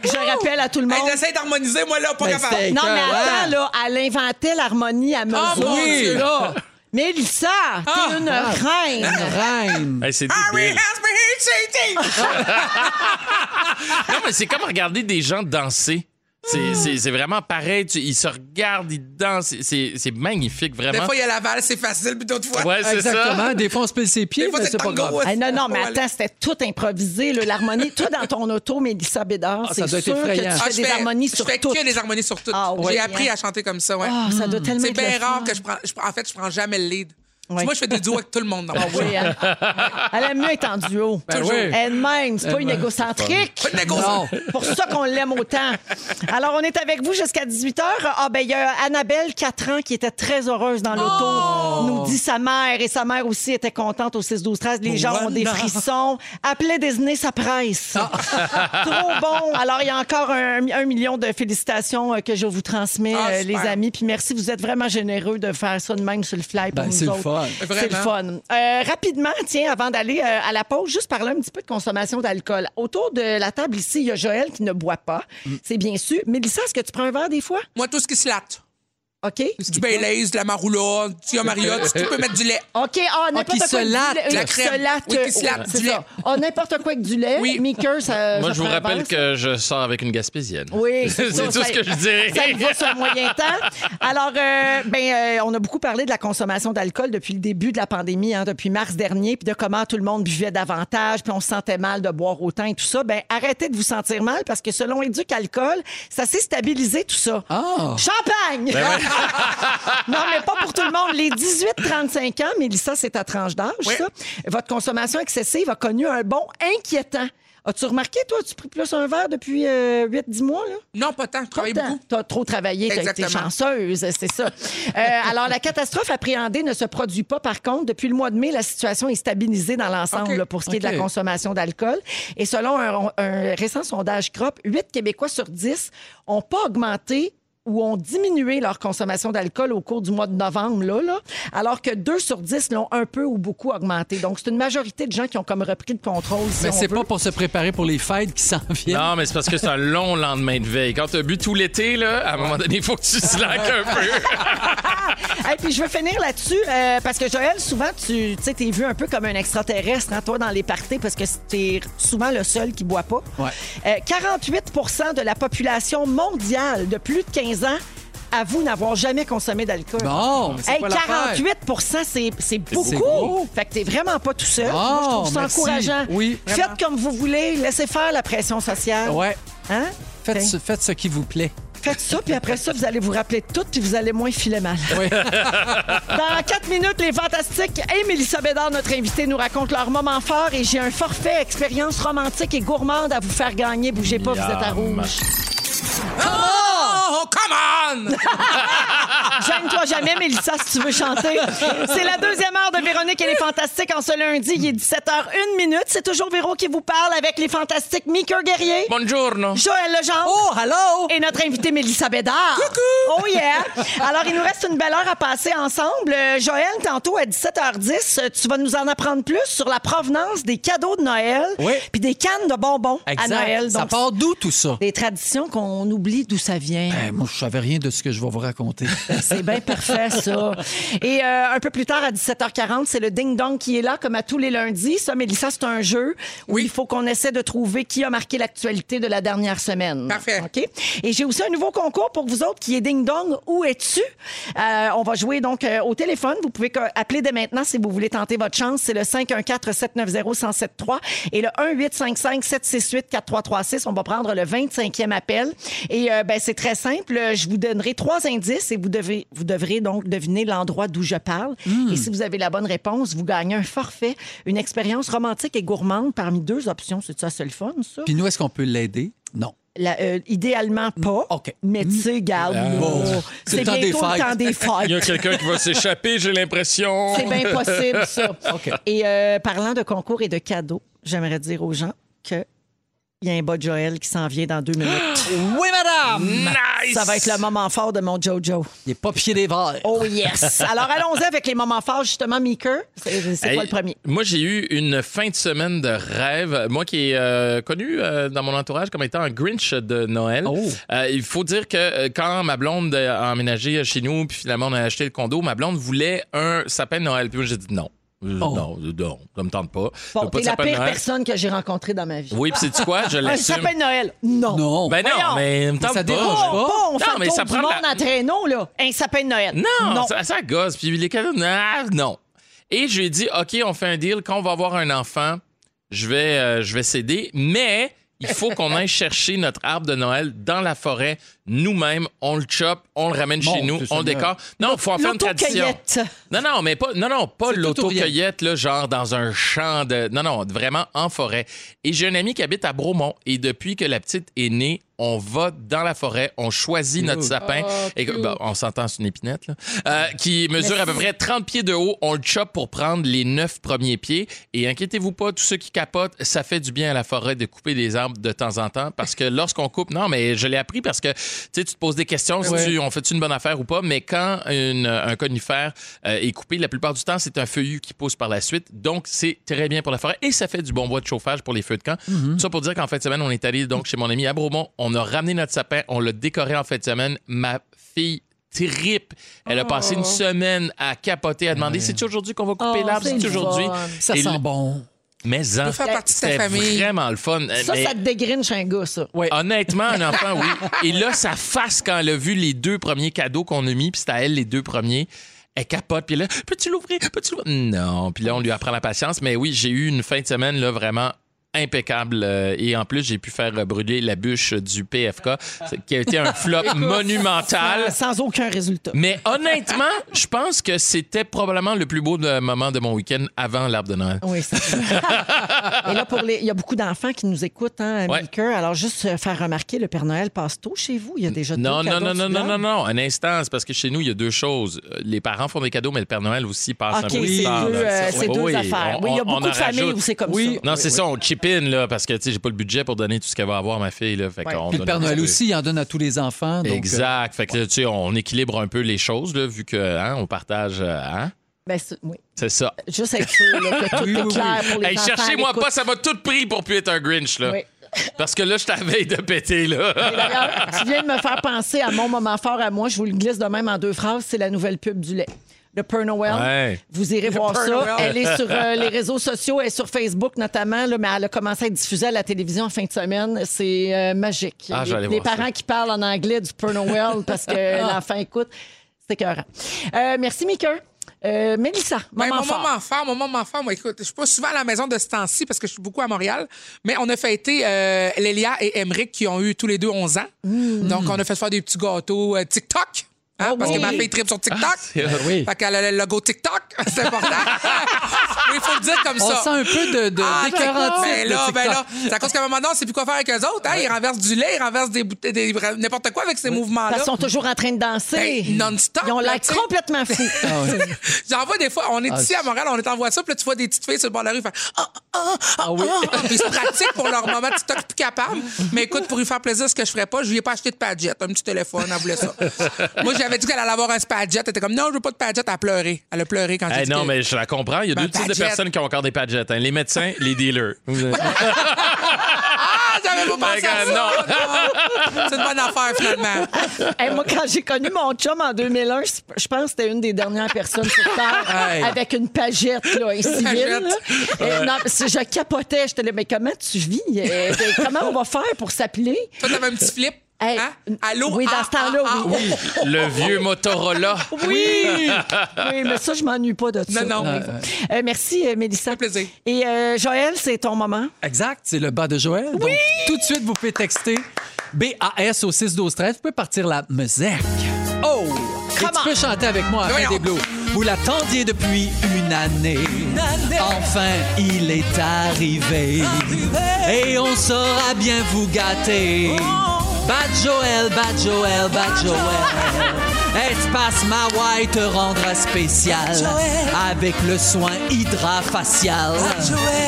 Speaker 1: je rappelle à tout le monde.
Speaker 2: Hey, Ben, j'essaie d'harmoniser, moi, là, pas
Speaker 4: Ben,
Speaker 2: capable.
Speaker 4: c'est-
Speaker 1: Non, mais
Speaker 4: Écœurant. Ah,
Speaker 1: attends, là, elle inventait l'harmonie à mesure.
Speaker 2: mon Dieu.
Speaker 1: là. Mélissa, t'es
Speaker 2: Ah.
Speaker 1: une reine.
Speaker 4: Reine.
Speaker 3: Hey, c'est
Speaker 2: Harry
Speaker 3: débile.
Speaker 2: has been cheating!
Speaker 3: Non, mais c'est comme regarder des gens danser. C'est- C'est c'est vraiment pareil. Tu- ils se regardent, ils dansent. C'est- C'est c'est magnifique,
Speaker 2: Des
Speaker 3: vraiment.
Speaker 2: fois, il y a la valse, c'est facile, puis d'autres fois.
Speaker 3: Ouais, c'est ça.
Speaker 4: Exactement. Des fois, on se pèse ses pieds,
Speaker 2: Des fois,
Speaker 4: mais
Speaker 2: c'est
Speaker 4: c'est pas
Speaker 2: tango,
Speaker 4: grave.
Speaker 2: ouais.
Speaker 1: Hey, non, non, mais
Speaker 2: Oh, elle-
Speaker 1: attends, c'était tout improvisé, là, l'harmonie. Toi, dans ton auto, Mélissa Bédard,
Speaker 4: Ah, ça
Speaker 1: c'est
Speaker 4: doit
Speaker 1: sûr
Speaker 4: être
Speaker 1: que tu fais
Speaker 4: effrayant. Ah,
Speaker 2: je
Speaker 1: des
Speaker 2: fais-
Speaker 1: harmonies
Speaker 2: je
Speaker 1: sur
Speaker 2: fais
Speaker 1: tout.
Speaker 2: que des harmonies sur toutes.
Speaker 1: Ah, ouais,
Speaker 2: J'ai appris
Speaker 1: hein.
Speaker 2: à chanter comme ça, ouais.
Speaker 1: Ah, ça doit tellement
Speaker 2: C'est
Speaker 1: être le
Speaker 2: bien
Speaker 1: fun.
Speaker 2: rare que je prends. je prends- en fait, je prends jamais le lead.
Speaker 1: Oui.
Speaker 2: Moi, je fais des duos avec tout le monde dans mon show.
Speaker 1: Oui, elle, elle aime mieux être en duo.
Speaker 2: Ben
Speaker 1: Toujours.
Speaker 2: oui.
Speaker 1: Elle-même, c'est pas une égocentrique.
Speaker 2: Pas de négo-
Speaker 1: Pour ça qu'on l'aime autant. Alors, on est avec vous jusqu'à 18h. Ah, ben, il y a Annabelle, 4 ans, qui était très heureuse dans l'auto,
Speaker 4: Oh!
Speaker 1: nous dit sa mère, et sa mère aussi était contente au 6-12-13. Les gens ont des
Speaker 2: Voilà.
Speaker 1: frissons. Appelez Disney, ça presse.
Speaker 4: Ah!
Speaker 1: Trop bon. Alors, il y a encore un, un million de félicitations euh, que je vous transmets,
Speaker 2: Ah,
Speaker 1: euh, les
Speaker 2: super.
Speaker 1: amis. Puis merci, vous êtes vraiment généreux de faire ça de même sur le fly pour
Speaker 4: Ben,
Speaker 1: nous
Speaker 4: c'est le
Speaker 1: autres.
Speaker 4: fun.
Speaker 1: C'est le
Speaker 2: Vraiment.
Speaker 1: fun. Euh, rapidement, tiens, avant d'aller euh, à la pause, juste parler un petit peu de consommation d'alcool. Autour de la table ici, il y a Joël qui ne boit pas.
Speaker 2: Mm.
Speaker 1: C'est bien sûr. Mélissa, est-ce que tu prends un verre des fois?
Speaker 2: Moi, tout ce qui se latte.
Speaker 1: OK?
Speaker 2: C'est du Baileys, de la maroula, du Tia Maria, tu tu peux mettre du lait.
Speaker 1: OK, ah, n'importe
Speaker 4: qui
Speaker 1: quoi.
Speaker 4: se
Speaker 1: avec du
Speaker 4: latte,
Speaker 1: lait.
Speaker 2: la
Speaker 1: Euh, qui
Speaker 2: crème.
Speaker 1: se latte.
Speaker 2: Oui, qui se latte,
Speaker 1: C'est
Speaker 2: du
Speaker 1: ça.
Speaker 2: lait.
Speaker 1: Ah, n'importe quoi avec du lait. euh,
Speaker 2: Oui.
Speaker 1: Meeker, ça.
Speaker 3: Moi,
Speaker 1: ça
Speaker 3: je vous
Speaker 1: prend un
Speaker 3: rappelle
Speaker 1: verre.
Speaker 3: que je sors avec une gaspésienne.
Speaker 1: Oui,
Speaker 3: C'est
Speaker 1: ça,
Speaker 3: tout
Speaker 1: ça-
Speaker 3: ce que je dirais.
Speaker 1: Ça y va sur un moyen temps. Alors, euh, ben, euh, on a beaucoup parlé de la consommation d'alcool depuis le début de la pandémie, hein, depuis mars dernier, puis de comment tout le monde buvait davantage, puis on se sentait mal de boire autant et tout ça. Ben, arrêtez de vous sentir mal parce que selon Éduc Alcool, ça s'est stabilisé tout ça.
Speaker 4: Ah!
Speaker 1: Champagne! non, mais pas pour tout le monde. Les 18-35 ans, Mélissa, c'est ta tranche d'âge,
Speaker 2: Oui.
Speaker 1: ça. Votre consommation excessive a connu un bond inquiétant. As-tu remarqué, toi, tu pris plus un verre depuis 8-10 mois, là?
Speaker 2: Non, pas tant. Je travaille
Speaker 1: Pourtant,
Speaker 2: beaucoup.
Speaker 1: T'as trop travaillé, t'as été
Speaker 2: Exactement.
Speaker 1: chanceuse, c'est ça. Euh, alors, la catastrophe appréhendée ne se produit pas. Par contre, depuis le mois de mai, la situation est stabilisée dans l'ensemble
Speaker 2: OK.
Speaker 1: là, pour ce qui est de la
Speaker 4: OK.
Speaker 1: consommation d'alcool. Et selon un, un récent sondage CROP, 8 Québécois sur 10 ont pas augmenté ou ont diminué leur consommation d'alcool au cours du mois de novembre, là, là, alors que 2 sur 10 l'ont un peu ou beaucoup augmenté. Donc, c'est une majorité de gens qui ont comme repris le contrôle. si
Speaker 4: Mais
Speaker 1: on
Speaker 4: c'est
Speaker 1: veut.
Speaker 4: pas pour se préparer pour les fêtes qui s'en viennent.
Speaker 3: Non, mais c'est parce que c'est un long lendemain de veille. Quand t'as bu tout l'été, là, à un moment donné, il faut que tu slackes un peu.
Speaker 1: Et puis je veux finir là-dessus euh, parce que Joël, souvent tu tu sais t'es vu un peu comme un extraterrestre hein, toi dans les parties parce que t'es souvent le seul qui boit pas.
Speaker 4: Ouais.
Speaker 1: Euh, 48% de la population mondiale de plus de 15 ans avoue n'avoir jamais consommé d'alcool.
Speaker 4: Bon, mais c'est
Speaker 1: Hey,
Speaker 4: pas l'affaire.
Speaker 1: 48 c'est- c'est beaucoup.
Speaker 4: gros.
Speaker 1: Fait que t'es vraiment pas tout seul.
Speaker 4: Bon,
Speaker 1: Moi, je trouve ça
Speaker 4: merci.
Speaker 1: encourageant.
Speaker 4: Oui,
Speaker 1: Faites comme vous voulez, laissez faire la pression sociale.
Speaker 4: Ouais.
Speaker 1: Hein?
Speaker 4: Faites,
Speaker 1: Ben,
Speaker 4: ce, faites ce qui vous plaît.
Speaker 1: Faites ça, puis après ça, vous allez vous rappeler de tout, puis vous allez moins filer mal.
Speaker 4: Oui.
Speaker 1: Dans quatre minutes, les Fantastiques et Mélissa Bédard, notre invitée, nous racontent leur moment fort et j'ai un forfait expérience romantique et gourmande à vous faire gagner. Bougez pas, vous êtes à rouge.
Speaker 2: Oh, come on!
Speaker 1: Gêne-toi jamais, Mélissa, si tu veux chanter. C'est la deuxième heure de Véronique et les Fantastiques en ce lundi. Il est 17h01 minute. C'est toujours Véro qui vous parle avec les Fantastiques Mika Guerrier,
Speaker 3: Bonjour, non?
Speaker 1: Joël Legendre.
Speaker 4: Oh, hello!
Speaker 1: Et notre invitée Mélissa Bédard. Coucou! Oh yeah! Alors, il nous reste une belle heure à passer ensemble. Euh, Joël, tantôt à 17h10, euh, tu vas nous en apprendre plus sur la provenance des cadeaux de Noël
Speaker 4: Oui.
Speaker 1: puis des cannes de bonbons
Speaker 4: Exact.
Speaker 1: à Noël.
Speaker 4: ça
Speaker 1: Donc,
Speaker 4: part d'où tout ça?
Speaker 1: des traditions qu'on oublie d'où ça vient.
Speaker 4: Ben, moi, je savais rien de ce que je vais vous raconter.
Speaker 1: C'est bien parfait, ça. Et euh, un peu plus tard, à 17h40, c'est le ding-dong qui est là, comme à tous les lundis. Ça, Mélissa, c'est un jeu où il faut qu'on essaie de trouver qui a marqué l'actualité de la dernière semaine.
Speaker 2: Parfait.
Speaker 1: OK? Et j'ai aussi un nouveau concours pour vous autres qui est ding-dong. Où es-tu? Euh, on va jouer donc euh, au téléphone. Vous pouvez co- appeler dès maintenant si vous voulez tenter votre chance. C'est le 514-790-1073 et le 1-855-768-4336. On va prendre le 25e appel. Et euh, ben, c'est très simple. Je vous donnerai trois indices et vous devrez, vous devrez donc deviner l'endroit d'où je parle. Et si vous avez la bonne réponse, vous gagnez un forfait, une expérience romantique et gourmande parmi deux options. C'est ça, c'est le fun, ça?
Speaker 4: Puis nous, est-ce qu'on peut l'aider? Non.
Speaker 1: La- euh, idéalement pas.
Speaker 3: Mm,
Speaker 4: OK.
Speaker 1: Mais tu sais, garde.
Speaker 4: Bon,
Speaker 1: là,
Speaker 4: c'est le temps
Speaker 1: bientôt
Speaker 4: des
Speaker 1: le
Speaker 4: fêtes.
Speaker 1: temps des
Speaker 3: Ah. Il y a
Speaker 1: fêtes.
Speaker 3: quelqu'un qui va s'échapper, j'ai l'impression.
Speaker 1: C'est bien possible, ça. Et euh, parlant de concours et de cadeaux, j'aimerais dire aux gens que il y a un bas de Joël qui s'en vient dans deux minutes.
Speaker 4: Oui, madame!
Speaker 3: Nice!
Speaker 1: Ça va être le moment fort de mon Jojo.
Speaker 4: Il est pas pied des verres.
Speaker 1: Oh yes! Alors allons-y avec les moments forts, justement, Meeker. C'est c'est quoi
Speaker 3: Hey,
Speaker 1: le premier?
Speaker 3: Moi, j'ai eu une fin de semaine de rêve. Moi qui est euh, connu euh, dans mon entourage comme étant un Grinch de Noël.
Speaker 4: Oh.
Speaker 3: Euh, il faut dire que euh, quand ma blonde a emménagé chez nous, puis finalement on a acheté le condo, ma blonde voulait un sapin de Noël. Puis moi, j'ai dit non. Euh, Non, non, ça me tente pas. Je
Speaker 1: Oh. Bon,
Speaker 3: veux pas
Speaker 1: t'es
Speaker 3: de
Speaker 1: la
Speaker 3: sapin de
Speaker 1: pire
Speaker 3: Noël.
Speaker 1: personne que j'ai rencontrée dans ma vie.
Speaker 3: Oui, puis c'est quoi? Je
Speaker 1: Un
Speaker 3: l'assume.
Speaker 1: sapin de Noël? Non.
Speaker 4: Non.
Speaker 3: Ben
Speaker 1: Voyons.
Speaker 3: non, mais il me tente
Speaker 4: ça
Speaker 3: pas.
Speaker 4: dérange
Speaker 1: Oh,
Speaker 4: pas.
Speaker 1: pas, on
Speaker 3: Non,
Speaker 1: fait le
Speaker 3: mais
Speaker 1: tour
Speaker 3: ça
Speaker 1: du
Speaker 3: prend
Speaker 1: monde
Speaker 3: la-
Speaker 1: en traîneau, là. Un sapin de Noël.
Speaker 3: Non, Ça, ça gosse. Puis les cadeaux, ah, non. Et je lui ai dit, OK, on fait un deal. Quand on va avoir un enfant, je vais, euh, je vais céder, mais Il faut qu'on aille chercher notre arbre de Noël dans la forêt nous-mêmes. On le chope, on le ramène
Speaker 4: Bon,
Speaker 3: chez nous,
Speaker 4: c'est
Speaker 3: on le
Speaker 4: ça,
Speaker 3: décore. Non, faut en faire une tradition.
Speaker 1: L'autocueillette.
Speaker 3: Non, non, mais pas, non, non, pas
Speaker 4: C'est
Speaker 3: l'autocueillette, là, genre dans un champ de. Non, non, vraiment en forêt. Et j'ai un ami qui habite à Bromont et depuis que la petite est née, on va dans la forêt, on choisit notre sapin. et, que- ben, on s'entend, c'est une épinette, là, euh, qui mesure à peu près 30 pieds de haut. On le chope pour prendre les 9 premiers pieds. Et inquiétez-vous pas, tous ceux qui capotent, ça fait du bien à la forêt de couper des arbres de temps en temps parce que lorsqu'on coupe, non, mais je l'ai appris parce que tu sais, tu te poses des questions si
Speaker 2: Ouais.
Speaker 3: tu- on fait une bonne affaire ou pas, mais quand une- un conifère euh, est coupé, la plupart du temps, c'est un feuillu qui pousse par la suite. Donc, c'est très bien pour la forêt et ça fait du bon bois de chauffage pour les feux de camp.
Speaker 1: Mm-hmm.
Speaker 3: Tout ça pour dire qu'en fin de semaine, on est allé donc chez mon ami à Bromont. On a ramené notre sapin, on l'a décoré en fin de semaine. Ma fille tripe. Elle a passé une semaine à capoter, à demander c'est-tu aujourd'hui qu'on va couper
Speaker 1: Oh,
Speaker 3: l'arbre?
Speaker 1: c'est
Speaker 3: C'est-tu
Speaker 1: le
Speaker 3: aujourd'hui?
Speaker 1: fun.
Speaker 4: Ça
Speaker 3: Et
Speaker 4: sent
Speaker 3: le-
Speaker 4: bon.
Speaker 3: Mais en-
Speaker 2: peut faire partie de ta
Speaker 3: c'était
Speaker 2: famille.
Speaker 3: vraiment le fun.
Speaker 1: Ça,
Speaker 3: Mais-
Speaker 1: ça te dégrinche un gars, ça.
Speaker 4: Ouais.
Speaker 3: Honnêtement, un enfant, oui. Et là, sa face, quand elle a vu les deux premiers cadeaux qu'on a mis, puis c'était à elle les deux premiers, elle capote. Puis là, peux-tu l'ouvrir? Peux-tu l'ouvrir? Non. Puis là, on lui apprend la patience. Mais oui, j'ai eu une fin de semaine là, vraiment impeccable. Euh, et en plus, j'ai pu faire euh, brûler la bûche du PFK, ce qui a été un flop monumental.
Speaker 1: Euh, Sans aucun résultat.
Speaker 3: Mais honnêtement, je pense que c'était probablement le plus beau de- moment de mon week-end avant l'arbre de Noël.
Speaker 1: Oui, c'est ça. Et là, pour les... il y a beaucoup d'enfants qui nous écoutent, hein,
Speaker 3: Ouais.
Speaker 1: Maker. Alors, juste euh, faire remarquer, le Père Noël passe tôt chez vous. Il y a déjà
Speaker 3: Non,
Speaker 1: deux
Speaker 3: non,
Speaker 1: cadeaux
Speaker 3: non,
Speaker 1: sous
Speaker 3: non, non,
Speaker 1: l'arbre.
Speaker 3: non, non, un instant, c'est parce que chez nous, il y a deux choses. Euh, Les parents font des cadeaux, mais le Père Noël aussi passe
Speaker 1: OK,
Speaker 3: un peu plus
Speaker 1: c'est
Speaker 3: tard,
Speaker 1: deux,
Speaker 3: là.
Speaker 1: euh, c'est deux
Speaker 3: Oui,
Speaker 1: affaires.
Speaker 3: on-
Speaker 1: oui, il y a
Speaker 3: on- on
Speaker 1: beaucoup de
Speaker 3: en
Speaker 1: familles
Speaker 3: rajoute.
Speaker 1: où c'est comme
Speaker 4: Oui.
Speaker 1: ça.
Speaker 3: Non, c'est ça, on chip in, là, parce que, tu sais, j'ai pas le budget pour donner tout ce qu'elle va avoir à ma fille, là. Fait
Speaker 1: Ouais.
Speaker 3: qu'on
Speaker 4: Puis le
Speaker 3: donne
Speaker 4: Père
Speaker 3: un petit
Speaker 4: Noël
Speaker 3: peu.
Speaker 4: aussi, il en donne à tous les enfants. donc, euh,
Speaker 3: Exact. Fait que, tu sais, on équilibre un peu les choses, là, vu que, hein, on partage, euh, hein.
Speaker 1: Ben, c'est- oui.
Speaker 3: C'est ça.
Speaker 1: Juste être sûr là, que tout
Speaker 4: Oui, oui,
Speaker 1: est
Speaker 4: oui.
Speaker 1: clair pour les
Speaker 3: Hey,
Speaker 1: enfants.
Speaker 3: cherchez-moi
Speaker 1: à l'écoute.
Speaker 3: pas, ça m'a tout pris pour pu être un Grinch, là.
Speaker 1: Oui.
Speaker 3: Parce que là, je t'avais de péter, là.
Speaker 1: D'ailleurs, tu viens de me faire penser à mon moment fort à moi. Je vous le glisse de même en deux phrases. C'est la nouvelle pub du lait. Le Père Noël.
Speaker 3: Ouais.
Speaker 1: Vous irez voir
Speaker 2: Père
Speaker 1: ça.
Speaker 2: Noël.
Speaker 1: Elle est sur euh, les réseaux sociaux, elle est sur Facebook notamment, là, mais elle a commencé à être diffusée à la télévision en fin de semaine. C'est euh, magique.
Speaker 3: Ah, je
Speaker 1: les
Speaker 3: vais aller
Speaker 1: les
Speaker 3: voir
Speaker 1: parents
Speaker 3: ça.
Speaker 1: qui parlent en anglais du Père Noël parce que l'enfant écoute, c'est écœurant. Euh, merci, Mika. Euh, Mélissa,
Speaker 2: Ben,
Speaker 1: maman
Speaker 2: mon
Speaker 1: fort.
Speaker 2: moment fort, mon moment fort, moi, écoute, je suis pas souvent à la maison de ce temps-ci parce que je suis beaucoup à Montréal, mais on a fêté euh, Lélia et Emmerich qui ont eu tous les deux 11 ans.
Speaker 4: Mm.
Speaker 2: Donc, on a fait faire des petits gâteaux euh, TikTok.
Speaker 4: Oh
Speaker 2: Hein, parce que ma fille
Speaker 4: Ah,
Speaker 2: tripe sur TikTok.
Speaker 4: euh, oui.
Speaker 2: Fait qu'elle a le logo TikTok. C'est important. Mais il faut le dire comme
Speaker 4: On
Speaker 2: ça.
Speaker 4: sent un peu de, de
Speaker 2: Ah,
Speaker 4: d'écœurantisme
Speaker 2: ben
Speaker 4: de
Speaker 2: là, ben
Speaker 4: TikTok.
Speaker 2: là. C'est à cause qu'à un moment donné, on sait plus quoi faire avec eux autres. Hein? Ils renversent du lait, ils renversent des, bouteilles- des- n'importe quoi avec ces mouvements-là.
Speaker 1: Ils sont toujours en train de danser.
Speaker 2: Ben, non-stop,
Speaker 1: Ils ont
Speaker 2: là,
Speaker 1: l'air
Speaker 2: tu sais.
Speaker 1: complètement fous.
Speaker 2: J'en vois des fois, on est ici à Montréal, on est en voiture, puis là, tu vois des petites filles sur le bord de la rue faire Ah, ah, ah,
Speaker 4: oui.
Speaker 2: ah. Puis ils se pratiquent pour leur moment TikTok plus capable. Mais écoute, pour lui faire plaisir, ce que je ferais pas, je lui ai pas acheté de Padjet, un petit téléphone, elle voulait ça. Moi, j'avais dit qu'elle allait avoir un Padjet. Elle était comme Non, je veux pas de Padjet. Elle a pleuré. Elle a pleuré quand j'ai
Speaker 3: Hey,
Speaker 2: dit
Speaker 3: Eh non,
Speaker 2: que-
Speaker 3: mais je la comprends. Il y a
Speaker 2: Ben,
Speaker 3: deux types de
Speaker 2: Padgett.
Speaker 3: personnes qui ont encore des padgettes. hein. Les médecins, les dealers.
Speaker 2: Ah, j'avais pas pensé à ça.
Speaker 3: Ben,
Speaker 2: non. C'est une bonne affaire, finalement.
Speaker 1: Hey, moi, quand j'ai connu mon chum en 2001, je pense que c'était une des dernières personnes sur Terre
Speaker 4: Hey.
Speaker 1: avec une pagette là, et civile.
Speaker 2: Pagette.
Speaker 1: là. Et non, si je capotais. J'étais là, mais comment tu vis? Euh, ben, comment on va faire pour s'appeler?
Speaker 2: Toi, t'avais un petit flip.
Speaker 1: Hey,
Speaker 2: Hein? Allô?
Speaker 1: Oui, dans
Speaker 2: Ah,
Speaker 1: ce temps-là,
Speaker 2: ah,
Speaker 1: oui.
Speaker 2: ah, oh.
Speaker 3: Le vieux Motorola.
Speaker 1: Oui! oui, mais ça, je m'ennuie pas de ça.
Speaker 2: Non, non.
Speaker 1: Oui. Euh, merci, euh, Mélissa.
Speaker 2: plaisir.
Speaker 1: Et euh, Joël, c'est ton moment.
Speaker 4: Exact, c'est le bas de Joël. Donc, tout de suite, vous pouvez texter BAS au 6 12 13. Vous pouvez partir la musique.
Speaker 2: ah,
Speaker 4: Oh! Et tu peux chanter avec moi à
Speaker 2: Voyons.
Speaker 4: des Bleus. Vous l'attendiez depuis une année. Enfin, il est arrivé. Et on saura bien vous gâter. Bad Joël, bad Joël, Oh. bad Joël. Espace Mawai te rendra spécial avec le soin hydrafacial.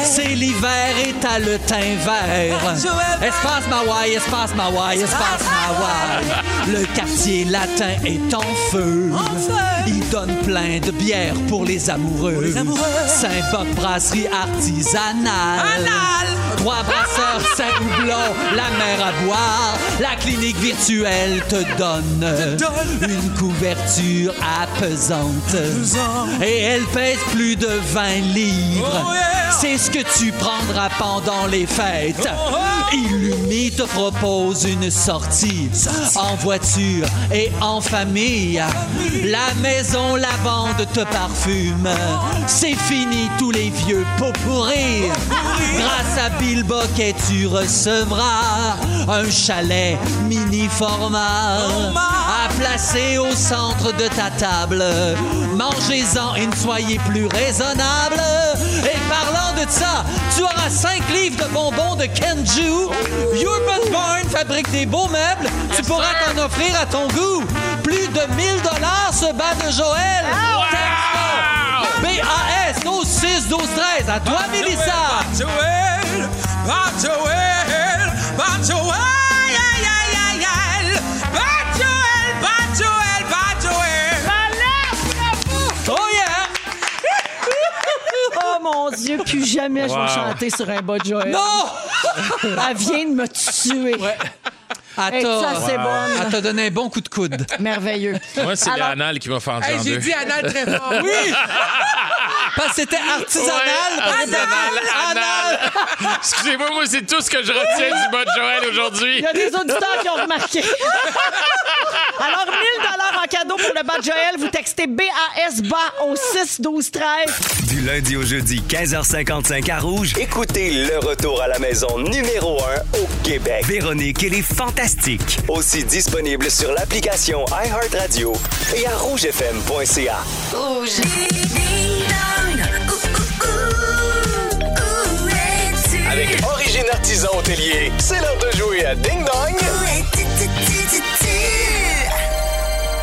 Speaker 4: C'est l'hiver et t'as le teint vert. Espace Mawai, espace Mawai, espace Mawai. Le quartier latin est en feu. Il donne plein de bières pour les amoureux. Saint-Bob brasserie artisanale. Trois brasseurs, saint houblon, la mer à boire. La clinique virtuelle te donne une couverture apaisante. Oh, Et elle pèse plus de 20 livres. C'est ce que tu prendras Oh, pendant les fêtes. Illumi te propose une sortie. Envoie voiture et en famille. La maison lavande te parfume. C'est fini tous les vieux pots pourris. Grâce à Bill Boquet, tu recevras un chalet mini format à placer au centre de ta table. Mangez-en et ne soyez plus raisonnable. Et parlant de ça, tu auras 5 livres de bonbons de Kenju. Urban Barn fabrique des beaux meubles. Tu pourras t'en offrir à ton goût. Plus de 1000 dollars ce bas de Joël. Texte BAS au 6 12 13 à toi Mélissa.
Speaker 2: Bob Joël, Bob Joël, Bob Joël, aïe, aïe, aïe, aïe. Bob Joël, Bob Joël, Bob Joël.
Speaker 4: Oh yeah!
Speaker 1: Oh mon Dieu, plus jamais je vais chanter sur un bas de Joël.
Speaker 4: Non!
Speaker 1: Elle vient de me tuer.
Speaker 4: Elle
Speaker 1: Hey, ça,
Speaker 4: t'a-
Speaker 1: c'est bon.
Speaker 4: elle t'a donné un bon coup de coude.
Speaker 1: Merveilleux.
Speaker 3: Moi, c'est
Speaker 1: Alors-
Speaker 3: l'anal qui m'a fendu
Speaker 2: Hey,
Speaker 3: en
Speaker 2: j'ai
Speaker 3: deux.
Speaker 2: dit anal très fort.
Speaker 4: Oui! Parce que c'était artisanal.
Speaker 3: Ouais,
Speaker 4: parce que
Speaker 3: anal,
Speaker 4: c'était
Speaker 3: anal.
Speaker 4: anal.
Speaker 3: Excusez-moi, moi, c'est tout ce que je retiens du bas de Joël
Speaker 1: Il
Speaker 3: aujourd'hui.
Speaker 1: y a des auditeurs qui ont remarqué. Alors, 1000 en cadeau pour le bas de Joël. Vous textez BAS bas au 6 12 13.
Speaker 6: Du lundi au jeudi, 15h55 à Rouge.
Speaker 7: Écoutez le retour à la maison numéro 1 au Québec.
Speaker 6: Véronique et les Fantastiques.
Speaker 7: Aussi disponible sur l'application iHeartRadio et à rougefm.ca. Avec Origine Artisan Hôtelier, c'est l'heure de jouer à Ding Dong.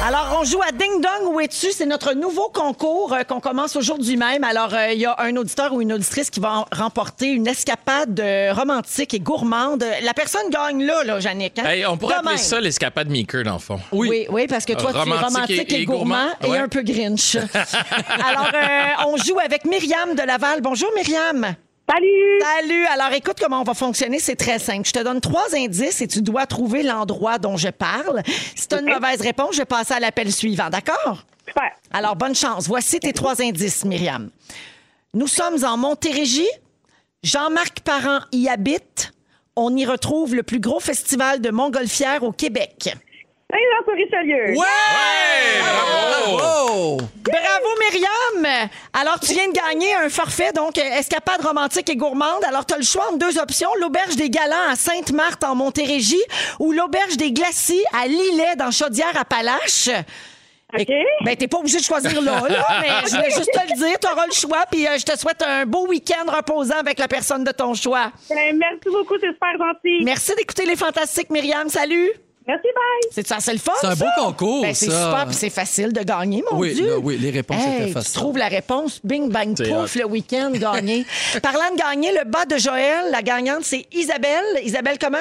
Speaker 1: Alors, on joue à Ding Dong Où es-tu? C'est notre nouveau concours euh, qu'on commence aujourd'hui même. Alors, euh, il y a un auditeur ou une auditrice qui va en- remporter une escapade euh, romantique et gourmande. La personne gagne là, là, Jannick. hein?
Speaker 3: Hey, on pourrait
Speaker 1: Demain.
Speaker 3: appeler ça l'escapade Meeker, dans le fond.
Speaker 1: Oui. oui, parce que toi,
Speaker 3: Euh,
Speaker 1: tu es romantique et, gourmand et
Speaker 3: Ouais.
Speaker 1: un peu grinch. Alors, euh, on joue avec Myriam de Laval. Bonjour, Myriam.
Speaker 8: Salut!
Speaker 1: Salut. Alors, écoute comment on va fonctionner. C'est très simple. Je te donne trois indices et tu dois trouver l'endroit dont je parle. Si tu as une mauvaise réponse, je passe à l'appel suivant. D'accord?
Speaker 8: Super.
Speaker 1: Alors, bonne chance. Voici tes trois indices, Myriam. Nous sommes en Montérégie. Jean-Marc Parent y habite. On y retrouve le plus gros festival de montgolfière au Québec.
Speaker 8: Saint-Jean-sur-Richelieu.
Speaker 4: Ouais!
Speaker 3: Hey, bravo!
Speaker 4: Oh!
Speaker 1: Bravo, Myriam! Alors, tu viens de gagner un forfait, donc euh, escapade romantique et gourmande. Alors, tu as le choix entre deux options. L'auberge des Galants à Sainte-Marthe, en Montérégie, ou l'auberge des Glacis à Lillet, dans Chaudière-Appalaches.
Speaker 8: OK.
Speaker 1: Ben, t'es pas obligé de choisir là, là, mais je voulais juste te le dire. T'auras le choix, puis euh, je te souhaite un beau week-end reposant avec la personne de ton choix.
Speaker 8: Ben, merci beaucoup, c'est super gentil.
Speaker 1: Merci d'écouter Les Fantastiques, Myriam. Salut!
Speaker 8: Merci, bye.
Speaker 1: C'est ça, c'est le fun,
Speaker 4: C'est un
Speaker 1: ça?
Speaker 4: beau concours,
Speaker 1: Ben, c'est
Speaker 4: ça.
Speaker 1: super, puis c'est facile de gagner, mon
Speaker 4: Oui,
Speaker 1: Dieu.
Speaker 4: là, oui, les réponses
Speaker 1: Hey,
Speaker 4: étaient
Speaker 1: Tu
Speaker 4: faciles.
Speaker 1: trouves la réponse, bing, bang,
Speaker 3: C'est
Speaker 1: pouf, le week-end, gagné. Parlant de gagner, le bas de Joël, la gagnante, c'est Isabelle. Isabelle comment?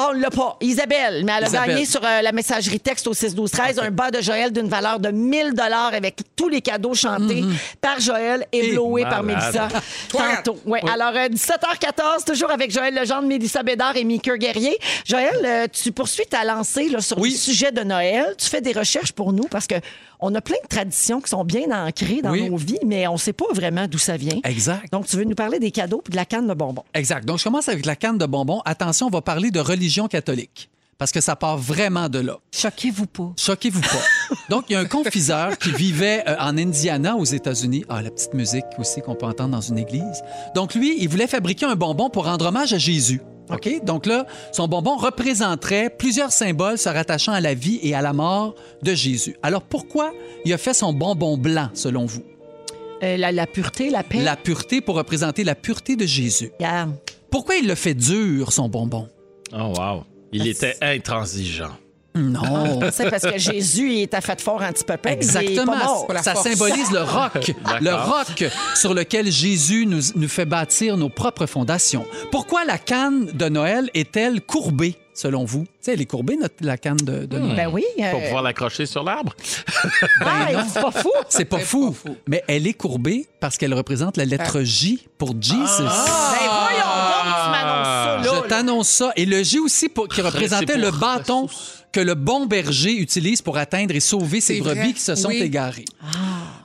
Speaker 1: Ah, on l'a pas. Isabelle, mais elle a
Speaker 4: Isabelle.
Speaker 1: gagné sur euh, la messagerie texte au 6-12-13 un bas de Joël d'une valeur de 1000 dollars avec tous les cadeaux chantés par Joël et
Speaker 4: Mm-hmm. Et
Speaker 1: blowés par
Speaker 3: malade.
Speaker 1: Mélissa. Tantôt. Ouais. Alors, euh, 17h14, toujours avec Joël Legendre, Mélissa Bédard et Mickey Guerrier. Joël, euh, tu poursuis ta lancée là, sur
Speaker 4: Oui.
Speaker 1: le sujet de Noël. Tu fais des recherches pour nous parce que on a plein de traditions qui sont bien ancrées dans
Speaker 4: Oui.
Speaker 1: nos vies, mais on ne sait pas vraiment d'où ça vient.
Speaker 4: Exact.
Speaker 1: Donc, tu veux nous parler des cadeaux puis de la canne de bonbons.
Speaker 4: Exact. Donc, je commence avec la canne de bonbons. Attention, on va parler de religion catholique. Parce que ça part vraiment de là.
Speaker 1: Choquez-vous pas.
Speaker 4: Choquez-vous pas. Donc, il y a un confiseur qui vivait euh, en Indiana, aux États-Unis. Ah, la petite musique aussi qu'on peut entendre dans une église. Donc, lui, il voulait fabriquer un bonbon pour rendre hommage à Jésus. OK? Donc là, son bonbon représenterait plusieurs symboles se rattachant à la vie et à la mort de Jésus. Alors, pourquoi il a fait son bonbon blanc, selon vous?
Speaker 1: Euh, la, la pureté, la paix.
Speaker 4: La pureté pour représenter la pureté de Jésus.
Speaker 1: Regarde.
Speaker 4: Pourquoi il le fait dur, son bonbon?
Speaker 3: Oh, wow. Il était intransigeant.
Speaker 4: Non.
Speaker 1: C'est parce que Jésus il est à fait fort anti-peuple.
Speaker 4: Exactement.
Speaker 2: pour la
Speaker 4: Ça
Speaker 2: force.
Speaker 4: symbolise le roc, le roc sur lequel Jésus nous, nous fait bâtir nos propres fondations. Pourquoi la canne de Noël est-elle courbée, selon vous? Tu sais, elle est courbée, notre, la canne de, de Noël.
Speaker 1: Ben oui. euh,
Speaker 3: Pour pouvoir l'accrocher sur l'arbre.
Speaker 1: ah, c'est pas fou.
Speaker 4: C'est pas, fou, Ah. mais elle est courbée parce qu'elle représente la lettre J pour Jesus.
Speaker 1: Ben voyons donc, tu m'annonces ça, là.
Speaker 4: Je t'annonce ça. Et le J aussi pour- qui représentait
Speaker 3: c'est
Speaker 4: le
Speaker 3: pour-
Speaker 4: bâton que le bon berger utilise pour atteindre et sauver ses
Speaker 2: C'est
Speaker 4: brebis
Speaker 2: vrai.
Speaker 4: qui se sont
Speaker 2: Oui.
Speaker 4: égarées.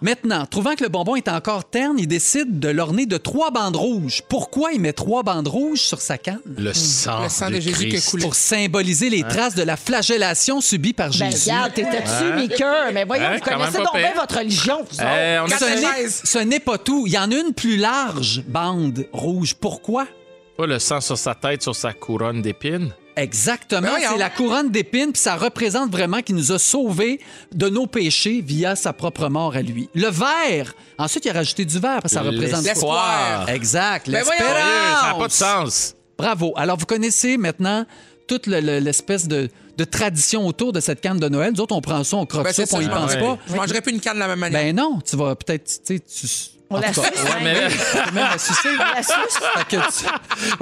Speaker 4: Maintenant, trouvant que le bonbon est encore terne, il décide de l'orner de trois bandes rouges. Pourquoi il met trois bandes rouges sur sa canne?
Speaker 3: Le sang,
Speaker 2: Le sang de Jésus qui a
Speaker 3: Christ.
Speaker 2: coulé.
Speaker 4: Pour symboliser les traces de la flagellation subie par
Speaker 1: Ben,
Speaker 4: Jésus.
Speaker 1: regarde, t'étais-tu,
Speaker 3: Ouais.
Speaker 1: Mickey? Mais voyons,
Speaker 3: Ouais,
Speaker 1: vous
Speaker 3: quand même
Speaker 1: connaissez
Speaker 3: pas
Speaker 1: donc
Speaker 3: pire.
Speaker 1: bien votre religion, vous
Speaker 3: Eh, on est-
Speaker 4: Ce n'est-
Speaker 2: Cathéchèse.
Speaker 4: ce n'est pas tout. Il y en a une plus large bande rouge. Pourquoi?
Speaker 3: Pas le sang sur sa tête, sur sa couronne d'épines.
Speaker 4: Exactement,
Speaker 2: Ben voyons.
Speaker 4: c'est la couronne d'épines, puis ça représente vraiment qu'il nous a sauvés de nos péchés via sa propre mort à lui. Le verre, ensuite il a rajouté du verre, parce que ça représente quoi?
Speaker 3: l'espoir.
Speaker 4: Exact,
Speaker 2: Ben voyons.
Speaker 4: l'espérance.
Speaker 3: Sérieux, ça n'a pas de sens.
Speaker 4: Bravo. Alors vous connaissez maintenant toute le- le- l'espèce de, de tradition autour de cette canne de Noël. Nous autres, on prend ça, on croque
Speaker 2: Ben,
Speaker 4: ça,
Speaker 2: c'est
Speaker 4: puis on y
Speaker 2: ça, je
Speaker 4: pense
Speaker 3: mangerais.
Speaker 4: pas.
Speaker 2: Je mangerais plus une canne de la même manière.
Speaker 4: Ben non, tu vas peut-être, tu sais, tu...
Speaker 1: On
Speaker 4: en
Speaker 1: la
Speaker 4: tout cas,
Speaker 1: suce, hein?
Speaker 4: ouais, mais là, tu peux même la sucer. Fait que tu-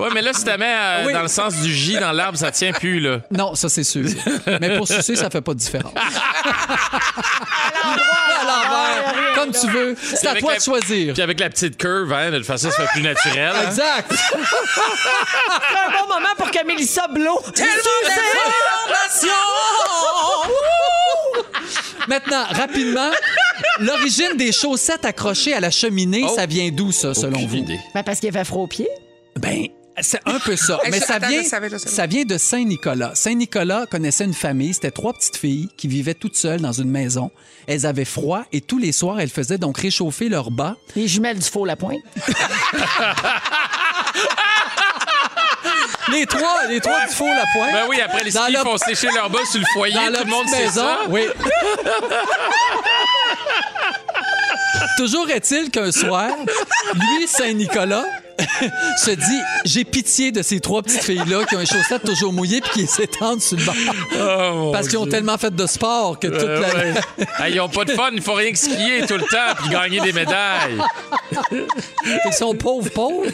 Speaker 3: Ouais, mais là, si tu mets euh,
Speaker 4: Oui.
Speaker 3: dans le sens du J dans l'arbre, ça tient plus, là.
Speaker 4: Non, ça c'est sûr. Mais pour sucer, ça fait pas de différence. à l'envers, comme tu veux. C'est à
Speaker 3: Avec
Speaker 4: toi
Speaker 3: la-
Speaker 4: de choisir. Ah,
Speaker 3: Puis avec la petite curve, hein, de toute façon, ça fait plus naturel. hein.
Speaker 4: Exact.
Speaker 1: C'est un bon moment pour que Mélissa Blot.
Speaker 4: Ben. Maintenant, rapidement, l'origine des chaussettes accrochées à la cheminée,
Speaker 3: Oh.
Speaker 4: ça vient d'où ça, selon
Speaker 3: Aucune
Speaker 4: vous
Speaker 3: idée.
Speaker 1: Ben, parce qu'il fait froid aux pieds.
Speaker 4: Ben, c'est un peu ça.
Speaker 2: Hey,
Speaker 4: Mais
Speaker 2: ça-
Speaker 4: ça
Speaker 2: attends,
Speaker 4: vient,
Speaker 2: je savais, je savais.
Speaker 4: ça vient de Saint-Nicolas. Saint-Nicolas connaissait une famille. C'était trois petites filles qui vivaient toutes seules dans une maison. Elles avaient froid et tous les soirs, elles faisaient donc réchauffer leur bas
Speaker 1: Les jumelles du faux la pointe.
Speaker 4: Les trois, les trois du faux la pointe.
Speaker 3: Ben oui, après les
Speaker 4: Dans
Speaker 3: skis
Speaker 4: leur-
Speaker 3: font sécher leur bas sur le foyer,
Speaker 4: dans
Speaker 3: tout
Speaker 4: leur
Speaker 3: le monde
Speaker 4: petite
Speaker 3: sait
Speaker 4: maison.
Speaker 3: ça.
Speaker 4: Oui. Toujours est-il qu'un soir, lui, Saint-Nicolas, se dit J'ai pitié de ces trois petites filles-là qui ont les chaussettes toujours mouillées puis qui s'étendent sur le banc.
Speaker 3: Oh, mon
Speaker 4: Parce qu'ils ont
Speaker 3: Dieu.
Speaker 4: tellement fait de sport que toute
Speaker 3: Euh,
Speaker 4: la.
Speaker 3: ouais. Hey, ils ont pas de fun, ils font rien que skier tout le temps puis gagner des médailles.
Speaker 4: Ils sont pauvres, pauvres.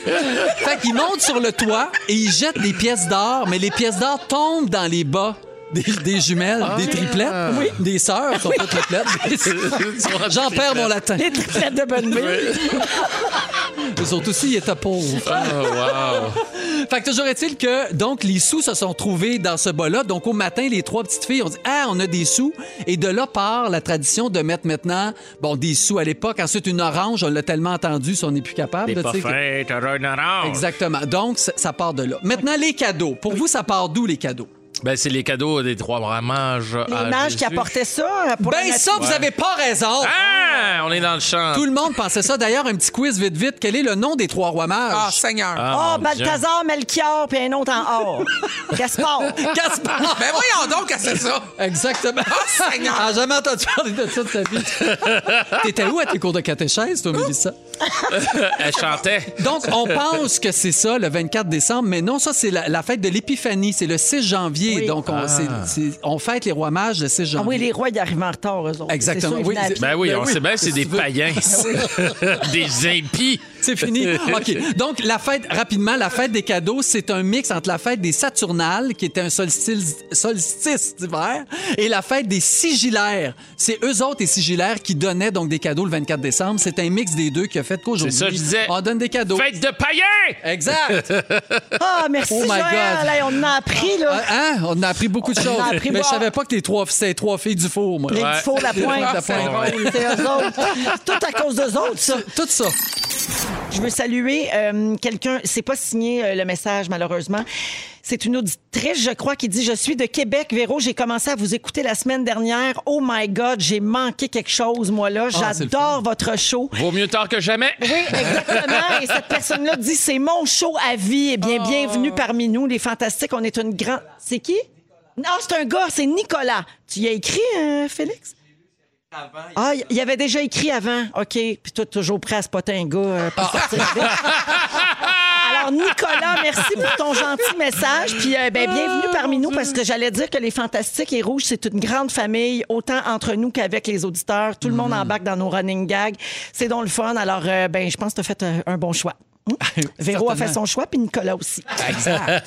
Speaker 4: Fait qu'ils montent sur le toit et ils jettent des pièces d'or, mais les pièces d'or tombent dans les bas. Des, des jumelles, des triplettes, des sœurs, sont pas triplettes. J'en perds mon latin.
Speaker 1: Les triplettes de bonne vie.
Speaker 4: Eux autres aussi, ils étaient pauvres.
Speaker 3: Oh, wow.
Speaker 4: Fait que toujours est-il que, donc, les sous se sont trouvés dans ce bas-là. Donc, au matin, les trois petites filles ont dit Ah, on a des sous. Et de là part la tradition de mettre maintenant, bon, des sous à l'époque. Ensuite, une orange, on l'a tellement entendu, si on n'est plus capable.
Speaker 3: T'es
Speaker 4: de
Speaker 3: pas
Speaker 4: tu sais, que-
Speaker 3: fin, t'auras une orange.
Speaker 4: Exactement. Donc, ça, ça part de là. Maintenant, les cadeaux. Pour vous, ça part d'où, les cadeaux?
Speaker 3: Ben, c'est les cadeaux des trois grands mages. à
Speaker 1: Les mages qui
Speaker 3: Ah, Jésus.
Speaker 1: apportaient ça hein, pour la
Speaker 4: Ben,
Speaker 1: nature.
Speaker 4: ça, vous avez pas raison!
Speaker 3: Ah! On est dans le champ.
Speaker 4: Tout le monde pensait ça. D'ailleurs, un petit quiz vite, vite. Quel est le nom des trois rois
Speaker 2: Ah,
Speaker 4: mages?
Speaker 2: Seigneur.
Speaker 3: Ah,
Speaker 1: Oh,
Speaker 3: mon Dieu.
Speaker 1: Balthazar, Melchior, puis un autre en or. Gaspard. Ah
Speaker 4: Gaspard!
Speaker 2: Ben voyons donc, qu'est-ce que c'est ça?
Speaker 4: Exactement.
Speaker 2: Ah, Seigneur!
Speaker 4: Ah, jamais entendu parler de ça de ta vie. T'étais où à tes cours de catéchèse, toi, Mélissa?
Speaker 3: Elle chantait.
Speaker 4: Donc, on pense que c'est ça, le 24 décembre, mais non, ça, c'est la, la fête de l'Épiphanie. C'est le 6 janvier. Donc, on, c'est- c'est- on fête les rois mages le 6
Speaker 1: Ah
Speaker 4: janvier.
Speaker 1: oui, les rois, ils arrivent en retard, eux autres. C'est
Speaker 4: Exactement,
Speaker 1: sûr, ils
Speaker 4: oui,
Speaker 1: venaient à
Speaker 4: c'est-
Speaker 1: pied.
Speaker 3: Ben oui,
Speaker 4: Ben
Speaker 3: on
Speaker 4: oui.
Speaker 3: sait bien que c'est des
Speaker 4: Qu'est-ce que tu veux?
Speaker 3: païens. des impies.
Speaker 4: C'est fini. OK. Donc, la fête, rapidement, la fête des cadeaux, c'est un mix entre la fête des Saturnales, qui était un solstice, solstice d'hiver, et la fête des Sigillaires. C'est eux autres, les Sigillaires, qui donnaient donc des cadeaux le 24 décembre. C'est un mix des deux qui a fait qu'aujourd'hui,
Speaker 3: C'est ça, je disais.
Speaker 4: on donne des cadeaux.
Speaker 3: Fête de païens!
Speaker 4: Exact.
Speaker 1: Ah, merci,
Speaker 4: Oh my
Speaker 1: Joël.
Speaker 4: God.
Speaker 1: Hey, on en a appris, là.
Speaker 4: Hein? On a appris beaucoup de choses.
Speaker 1: On a appris
Speaker 4: Mais je
Speaker 1: bon.
Speaker 4: savais pas que les trois, ces trois filles du four, moi.
Speaker 1: Les
Speaker 3: Ouais.
Speaker 1: faux la pointe.
Speaker 4: La
Speaker 1: C'est
Speaker 4: pointe.
Speaker 1: drôle, c'est eux autres. Tout à cause d'eux autres, ça.
Speaker 4: Tout ça.
Speaker 1: Je veux saluer euh, quelqu'un. C'est pas signé euh, le message, malheureusement. C'est une auditrice, je crois, qui dit Je suis de Québec, Véro. J'ai commencé à vous écouter la semaine dernière. Oh my God, j'ai manqué quelque chose, moi, là.
Speaker 4: Ah, c'est le
Speaker 1: J'adore votre show.
Speaker 3: Vaut mieux tard que jamais.
Speaker 1: Oui, exactement. Et cette personne-là dit c'est mon show à vie. Eh bien, bienvenue parmi nous, les fantastiques. On est une grande. C'est qui? Non, c'est un gars, c'est Nicolas. Tu y as écrit, euh, Félix? Ah, il y avait déjà écrit avant. OK. Puis toi, toujours prêt à spotter un gars euh, pour sortir avec. Alors, Nicolas, merci pour ton gentil message. Puis, euh, ben, bienvenue parmi nous parce que j'allais dire que les Fantastiques et Rouges, c'est une grande famille, autant entre nous qu'avec les auditeurs. Tout le monde embarque dans nos running gags. C'est donc le fun. Alors, euh, ben, je pense que tu as fait euh, un bon choix. Hum? Véro a fait son choix, puis Nicolas aussi.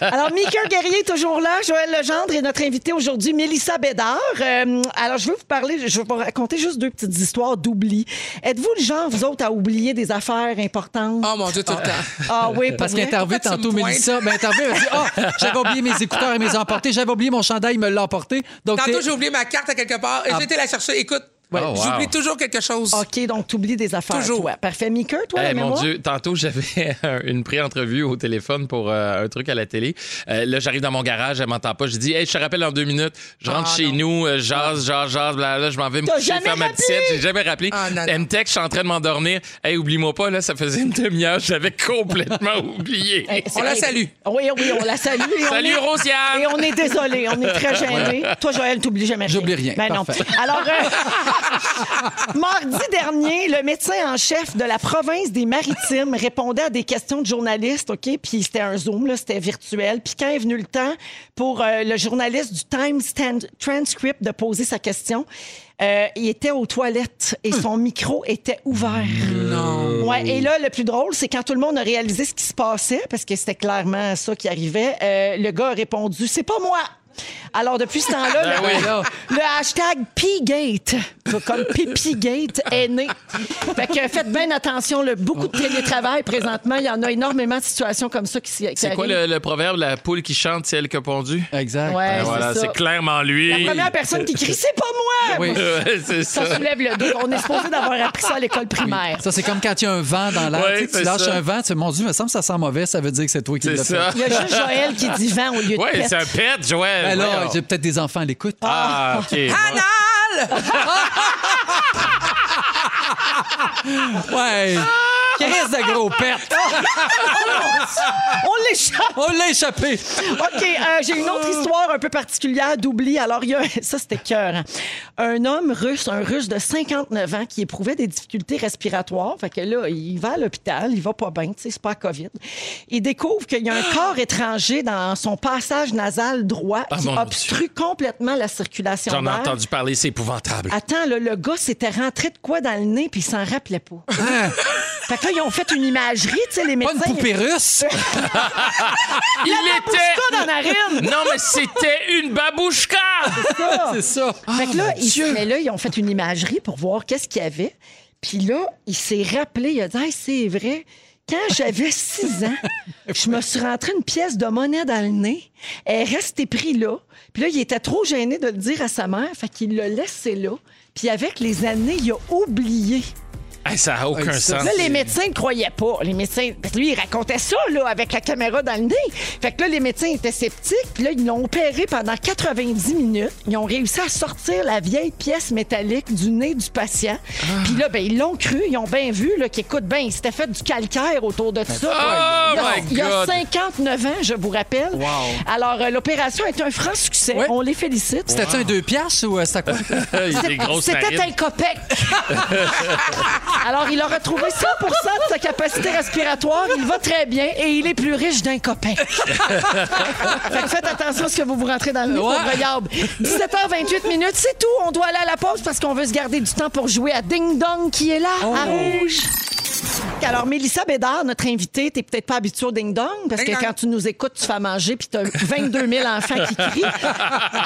Speaker 1: Alors, Mika Guerrier est toujours là, Joël Legendre et notre invité aujourd'hui, Mélissa Bédard. Euh, alors, je veux vous parler, je vais vous raconter juste deux petites histoires d'oubli. Êtes-vous le genre, vous autres, à oublier des affaires importantes?
Speaker 2: Oh mon Dieu, tout le temps.
Speaker 1: Ah oui, pour
Speaker 4: Parce
Speaker 1: vrai?
Speaker 4: qu'interview
Speaker 2: Pourquoi tu
Speaker 4: tantôt,
Speaker 2: me pointes?
Speaker 4: Mélissa, ben, interview, elle dit Ah, j'avais oublié mes écouteurs, elle me les a emportés, j'avais oublié mon chandail, il me l'a emporté. Donc,
Speaker 2: Tantôt,
Speaker 4: t'es-
Speaker 2: j'ai oublié ma carte à quelque part et j'ai été la chercher. Écoute,
Speaker 3: Ouais. Oh, wow.
Speaker 2: J'oublie toujours quelque chose.
Speaker 1: OK, donc tu oublies des affaires.
Speaker 2: Toujours.
Speaker 1: Toi. Parfait. Mika, toi, la
Speaker 3: Eh, mon
Speaker 1: mémoire?
Speaker 3: Dieu, tantôt j'avais un- une pré-entrevue au téléphone pour euh, un truc à la télé. Euh, là, j'arrive dans mon garage, elle m'entend pas. Je dis, hey, je te rappelle en deux minutes. Je rentre chez nous, euh, jase, jase, jase, blablabla. Je m'en vais me
Speaker 1: T'as
Speaker 3: coucher,
Speaker 1: jamais
Speaker 3: faire ma
Speaker 1: rappelé?
Speaker 3: petite. J'ai jamais rappelé.
Speaker 2: Ah, non, non.
Speaker 3: elle me texte, je suis en train de m'endormir. Hey, oublie-moi pas, là, ça faisait une demi-heure, j'avais complètement oublié.
Speaker 1: Eh, c'est-
Speaker 2: On la
Speaker 1: eh,
Speaker 2: salue.
Speaker 1: Oui, oui, on la salue. et on
Speaker 3: Salut,
Speaker 1: est-
Speaker 3: Rosiane!
Speaker 1: Et on est désolé, on est très gênés. Toi, Joël, t'oublies jamais rien.
Speaker 4: J'oublie rien,
Speaker 1: Ben non.
Speaker 4: parfait.
Speaker 1: Alors, euh, mardi dernier, le médecin en chef de la province des Maritimes répondait à des questions de journalistes, OK? Puis c'était un Zoom, là, c'était virtuel. Puis quand est venu le temps pour euh, le journaliste du Times Stand- Transcript de poser sa question, euh, il était aux toilettes et son micro était ouvert. Non. Ouais, et là, le plus drôle, c'est quand tout le monde a réalisé ce qui se passait, parce que c'était clairement ça qui arrivait, euh, le gars a répondu C'est pas moi. Alors, depuis ce temps-là, le,
Speaker 3: oui, là.
Speaker 1: le hashtag Pigate, comme Pipigate, est né. Fait que faites bien attention, le beaucoup de télétravail présentement, il y en a énormément de situations comme ça qui, s- qui
Speaker 3: C'est quoi
Speaker 1: arrivent.
Speaker 3: le, le proverbe, la poule qui chante, c'est elle qui a pondu?
Speaker 4: Exact.
Speaker 1: Ouais,
Speaker 3: Ben
Speaker 1: c'est
Speaker 3: voilà,
Speaker 1: ça.
Speaker 3: c'est clairement lui.
Speaker 1: La première personne qui crie C'est pas moi
Speaker 4: Oui.
Speaker 3: Ouais, c'est ça.
Speaker 1: Ça soulève le dos. On est supposé d'avoir appris ça à l'école primaire.
Speaker 4: Ça, c'est comme quand il y a un vent dans l'air.
Speaker 3: Ouais,
Speaker 4: tu sais, tu
Speaker 3: c'est
Speaker 4: lâches
Speaker 3: ça.
Speaker 4: un vent, tu sais, mon Dieu, me semble que ça sent mauvais, ça veut dire que c'est toi qui
Speaker 3: C'est
Speaker 4: l'as fait.
Speaker 3: ça.
Speaker 1: Il y a juste Joël qui dit vent au lieu de
Speaker 3: Ouais,
Speaker 1: pète.
Speaker 3: c'est un pet, Joël.
Speaker 4: Ben là,
Speaker 3: Voyons.
Speaker 4: j'ai peut-être des enfants à l'écoute.
Speaker 3: Ah, OK. bon.
Speaker 2: Anal!
Speaker 4: Ah,
Speaker 3: Ah.
Speaker 4: Ouais! Qu'est-ce de gros perte!
Speaker 1: On l'échappe.
Speaker 4: On l'a échappé!
Speaker 1: OK, euh, j'ai une autre histoire un peu particulière d'oubli. Alors, il y a, ça, c'était cœur. hein. Un homme russe, un russe de 59 ans qui éprouvait des difficultés respiratoires. Fait que là, il va à l'hôpital, il va pas bien, tu sais, c'est pas la COVID. Il découvre qu'il y a un corps étranger dans son passage nasal droit
Speaker 3: Ah,
Speaker 1: qui
Speaker 3: mon Dieu.
Speaker 1: obstrue complètement la circulation
Speaker 3: J'en ai
Speaker 1: d'air.
Speaker 3: entendu parler, c'est épouvantable.
Speaker 1: Attends, là, le gars s'était rentré de quoi dans le nez puis il s'en rappelait pas.
Speaker 3: Hein?
Speaker 1: fait que là, ils ont fait une imagerie, tu sais, les
Speaker 4: Pas
Speaker 1: médecins.
Speaker 4: une poupée russe!
Speaker 3: Il
Speaker 1: Babouchka dans la narine!
Speaker 3: Non, mais c'était une babouchka!
Speaker 1: Ça.
Speaker 4: C'est ça!
Speaker 1: Fait que là,
Speaker 4: Ah, mon
Speaker 1: ils,
Speaker 4: Dieu.
Speaker 1: mais là, ils ont fait une imagerie pour voir qu'est-ce qu'il y avait. Puis là, il s'est rappelé, il a dit Hey, c'est vrai, quand j'avais 6 ans, je me suis rentré une pièce de monnaie dans le nez. Elle est restée prise là. Puis là, il était trop gêné de le dire à sa mère, fait qu'il l'a laissé là. Puis avec les années, il a oublié.
Speaker 3: Hey, ça n'a aucun
Speaker 4: Hey, ça,
Speaker 3: sens.
Speaker 1: Là, les médecins ne croyaient pas. Les médecins, parce que lui, il racontait ça, là, avec la caméra dans le nez. Fait que là, les médecins étaient sceptiques. Puis là, ils l'ont opéré pendant 90 minutes. Ils ont réussi à sortir la vieille pièce métallique du nez du patient.
Speaker 3: Ah.
Speaker 1: Puis là, ben, ils l'ont cru. Ils ont bien vu, là, qu'écoute, ben, il s'était fait du calcaire autour de ça.
Speaker 3: Oh
Speaker 1: il, y a,
Speaker 3: my
Speaker 1: il y a
Speaker 3: God!
Speaker 1: 59 ans, je vous rappelle. Alors, euh, l'opération est un franc succès.
Speaker 4: Ouais.
Speaker 1: On les félicite.
Speaker 4: C'était-tu un deux piastres ou euh, c'était quoi?
Speaker 3: Hey,
Speaker 1: C'est-
Speaker 3: des grosses
Speaker 1: C'était un
Speaker 3: narines.
Speaker 1: copec. Alors, il a retrouvé 100 de sa capacité respiratoire. Il va très bien et il est plus riche d'un copec. Fait que faites attention à ce que vous vous rentrez dans le nez,
Speaker 4: Ouais.
Speaker 1: pauvre diable. 17h28 minutes, c'est tout. On doit aller à la pause parce qu'on veut se garder du temps pour jouer à Ding Dong qui est là, à
Speaker 3: Oh.
Speaker 1: Rouge. Alors, Mélissa Bédard, notre invitée, t'es peut-être pas habituée au ding-dong, parce
Speaker 2: Ding
Speaker 1: que
Speaker 2: dong.
Speaker 1: quand tu nous écoutes, tu fais à manger, puis t'as 22 000 enfants qui crient.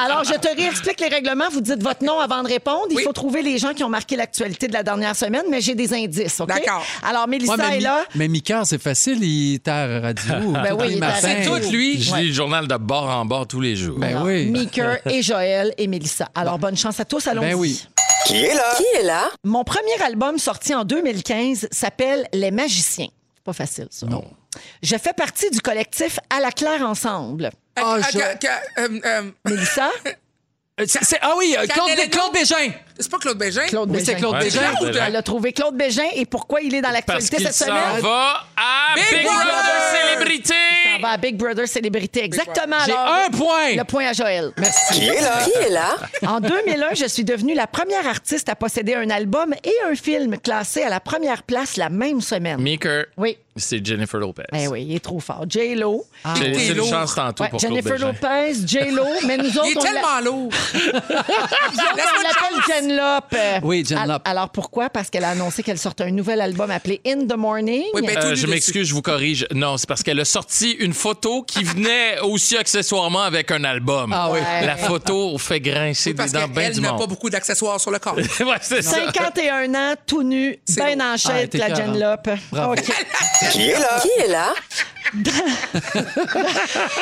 Speaker 1: Alors, je te réexplique les règlements. Vous dites votre nom avant de répondre. Il
Speaker 2: Oui.
Speaker 1: faut trouver les gens qui ont marqué l'actualité de la dernière semaine, mais j'ai des indices, OK?
Speaker 2: D'accord.
Speaker 1: Alors, Mélissa
Speaker 4: Ouais, mais,
Speaker 1: est
Speaker 4: Mi-
Speaker 1: là. Ben
Speaker 4: mais Mika, c'est facile, il est à la radio. tous
Speaker 1: oui,
Speaker 4: les
Speaker 1: il est à la
Speaker 4: matins.
Speaker 2: C'est
Speaker 1: radio.
Speaker 2: tout, lui.
Speaker 3: Je lis le journal de bord en bord tous les jours.
Speaker 4: Ben
Speaker 1: Alors,
Speaker 4: oui.
Speaker 1: Meeker et Joël et Mélissa. Alors, bonne chance à tous. Allons-y.
Speaker 4: Ben oui.
Speaker 7: Qui est là?
Speaker 1: Mon premier album sorti en 2015 s'appelle Les Magiciens. C'est Pas facile, ça. Non. Je fais partie du collectif À la Claire Ensemble.
Speaker 2: Ah,
Speaker 4: je-
Speaker 2: que- que- euh, euh,
Speaker 1: Mélissa?
Speaker 4: Euh, c'est- c'est- ah oui, euh, Claude,
Speaker 2: Canel et
Speaker 4: Claude Bégin!
Speaker 2: C'est pas Claude Bégin?
Speaker 1: Claude
Speaker 4: Oui,
Speaker 1: Bégin.
Speaker 4: c'est Claude
Speaker 3: Ouais,
Speaker 4: Bégin.
Speaker 3: Claude Bégin.
Speaker 1: Elle a trouvé Claude Bégin et pourquoi il est dans
Speaker 3: Parce
Speaker 1: l'actualité
Speaker 3: qu'il
Speaker 1: cette
Speaker 3: s'en
Speaker 1: semaine.
Speaker 3: va à Big,
Speaker 2: Big
Speaker 3: Brother,
Speaker 2: Brother!
Speaker 3: Célébrité!
Speaker 1: On va à Big Brother Célébrité. Exactement.
Speaker 4: J'ai
Speaker 1: alors,
Speaker 4: un point!
Speaker 1: Le point à Joël.
Speaker 7: Qui est là?
Speaker 1: En 2001, je suis devenue la première artiste à posséder un album et un film classé à la première place la même semaine.
Speaker 3: Meeker,
Speaker 1: Oui.
Speaker 3: c'est Jennifer Lopez.
Speaker 1: Ben oui, il est trop fort. J-Lo.
Speaker 3: J'ai laissé une
Speaker 2: lourd.
Speaker 3: chance tantôt
Speaker 1: Ouais,
Speaker 3: pour
Speaker 1: Jennifer
Speaker 3: Claude Bégin.
Speaker 1: Lopez, J-Lo, mais nous autres,
Speaker 2: Il est
Speaker 1: on l'a-
Speaker 2: tellement lourd.
Speaker 3: Ah,
Speaker 1: Nous autres, on l'appelle Jen Lop.
Speaker 4: Oui, Jen
Speaker 1: Al-
Speaker 4: Lop.
Speaker 1: Alors pourquoi? Parce qu'elle a annoncé qu'elle sortait un nouvel album appelé In the Morning.
Speaker 2: Oui, ben, tout
Speaker 3: Euh,
Speaker 2: nu
Speaker 3: je
Speaker 2: dessus.
Speaker 3: m'excuse, je vous corrige. Non, c'est parce qu'elle a sorti une photo qui venait aussi accessoirement avec un album.
Speaker 4: Ah oui.
Speaker 1: Ouais.
Speaker 3: La photo fait grincer
Speaker 2: Parce
Speaker 3: des dents bien
Speaker 2: qu'elle
Speaker 3: du
Speaker 2: n'a pas
Speaker 3: monde.
Speaker 2: beaucoup d'accessoires sur le corps.
Speaker 3: Ouais, c'est ça.
Speaker 1: 51 ans, tout nu,
Speaker 2: C'est
Speaker 1: ben
Speaker 2: lourd.
Speaker 1: en
Speaker 4: Ah,
Speaker 1: chèque,
Speaker 4: t'es
Speaker 1: la Jen
Speaker 4: écœurant.
Speaker 1: Lop.
Speaker 4: Bravo.
Speaker 1: OK.
Speaker 7: Qui est là?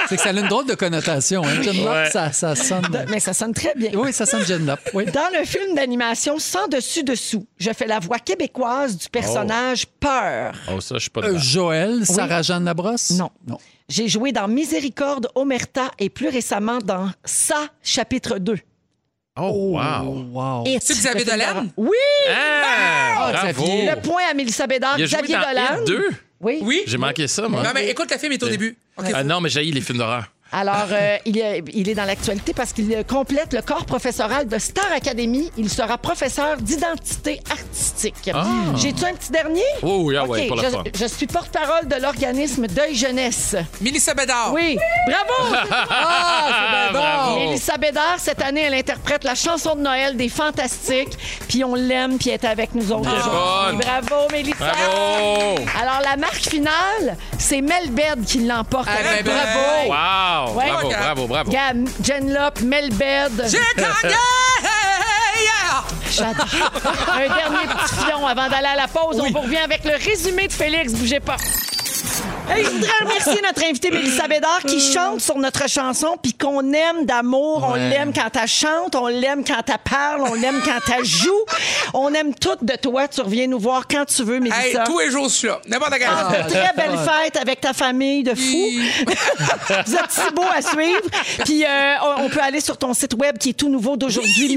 Speaker 4: C'est que ça a une drôle de connotation. Hein. Gin Lop,
Speaker 3: Ouais.
Speaker 4: ça, ça sonne.
Speaker 1: Mais ça sonne très bien.
Speaker 4: Oui, ça sonne Gin Lop. Oui.
Speaker 1: Dans le film d'animation Sans dessus-dessous, je fais la voix québécoise du personnage Peur.
Speaker 3: Oh, ça, je suis pas
Speaker 4: Euh,
Speaker 3: dedans.
Speaker 4: Joël, Sarah-Jeanne Labrosse?
Speaker 1: Non.
Speaker 4: Non.
Speaker 1: J'ai joué dans Miséricorde, Omerta et plus récemment dans Ça, chapitre 2.
Speaker 3: Oh, wow.
Speaker 4: Wow.
Speaker 1: Et
Speaker 2: C'est Xavier Dolan?
Speaker 1: Oui!
Speaker 3: Ah,
Speaker 4: Ah,
Speaker 3: bravo.
Speaker 4: Xavier.
Speaker 1: Oh, Le point à Mélissa Bédard,
Speaker 3: Il a joué
Speaker 1: Xavier
Speaker 3: dans
Speaker 1: Dolan.
Speaker 3: Hit 2.
Speaker 1: Oui.
Speaker 2: Oui?
Speaker 3: J'ai manqué ça, moi.
Speaker 2: Non, mais écoute, le film est au début. OK.
Speaker 3: Ah non, mais j'ai les films d'horreur.
Speaker 1: Alors, euh, il, est, il est dans l'actualité parce qu'il euh, complète le corps professoral de Star Academy. Il sera professeur d'identité artistique. J'ai-tu un petit dernier?
Speaker 3: Ah. Oh, oui, ah
Speaker 1: OK,
Speaker 3: ouais, pour le fun.
Speaker 1: je, je suis porte-parole de l'organisme Deuil Jeunesse.
Speaker 2: Mélissa
Speaker 3: Ah.
Speaker 2: Bédard.
Speaker 1: Oui. Bravo! Ah, c'est bien
Speaker 3: Bravo.
Speaker 1: bon. Mélissa Bédard, cette année, elle interprète la chanson de Noël des Fantastiques. Puis on l'aime, puis elle est avec nous autres aujourd'hui.
Speaker 3: bonne.
Speaker 1: Bravo, Mélissa!
Speaker 3: Bravo!
Speaker 1: Alors, la marque finale, c'est Melbed qui l'emporte.
Speaker 2: Ah,
Speaker 1: avec
Speaker 2: ben, ben.
Speaker 1: bravo!
Speaker 3: Wow!
Speaker 1: Ouais.
Speaker 3: Bravo, bravo, bravo.
Speaker 1: Gam, Jen Lop, Melbed.
Speaker 2: J'ai gagné! Yeah!
Speaker 1: J'adore. Un dernier petit fion avant d'aller à la pause. On vous revient avec le résumé de Félix. Bougez pas. Hey, je voudrais remercier notre invitée Mélissa Bédard qui chante sur notre chanson puis qu'on aime d'amour. On
Speaker 3: Ouais.
Speaker 1: l'aime quand elle chante, on l'aime quand elle parle, on l'aime quand elle joue. On aime tout de toi. Tu reviens nous voir quand tu veux,
Speaker 2: Hey,
Speaker 1: Mélissa.
Speaker 2: tous les jours, je suis là. N'importe quel.
Speaker 4: Ah.
Speaker 1: Très belle fête avec ta famille de fou. Vous êtes si beau à suivre. Puis euh, on on peut aller sur ton site web qui est tout nouveau d'aujourd'hui,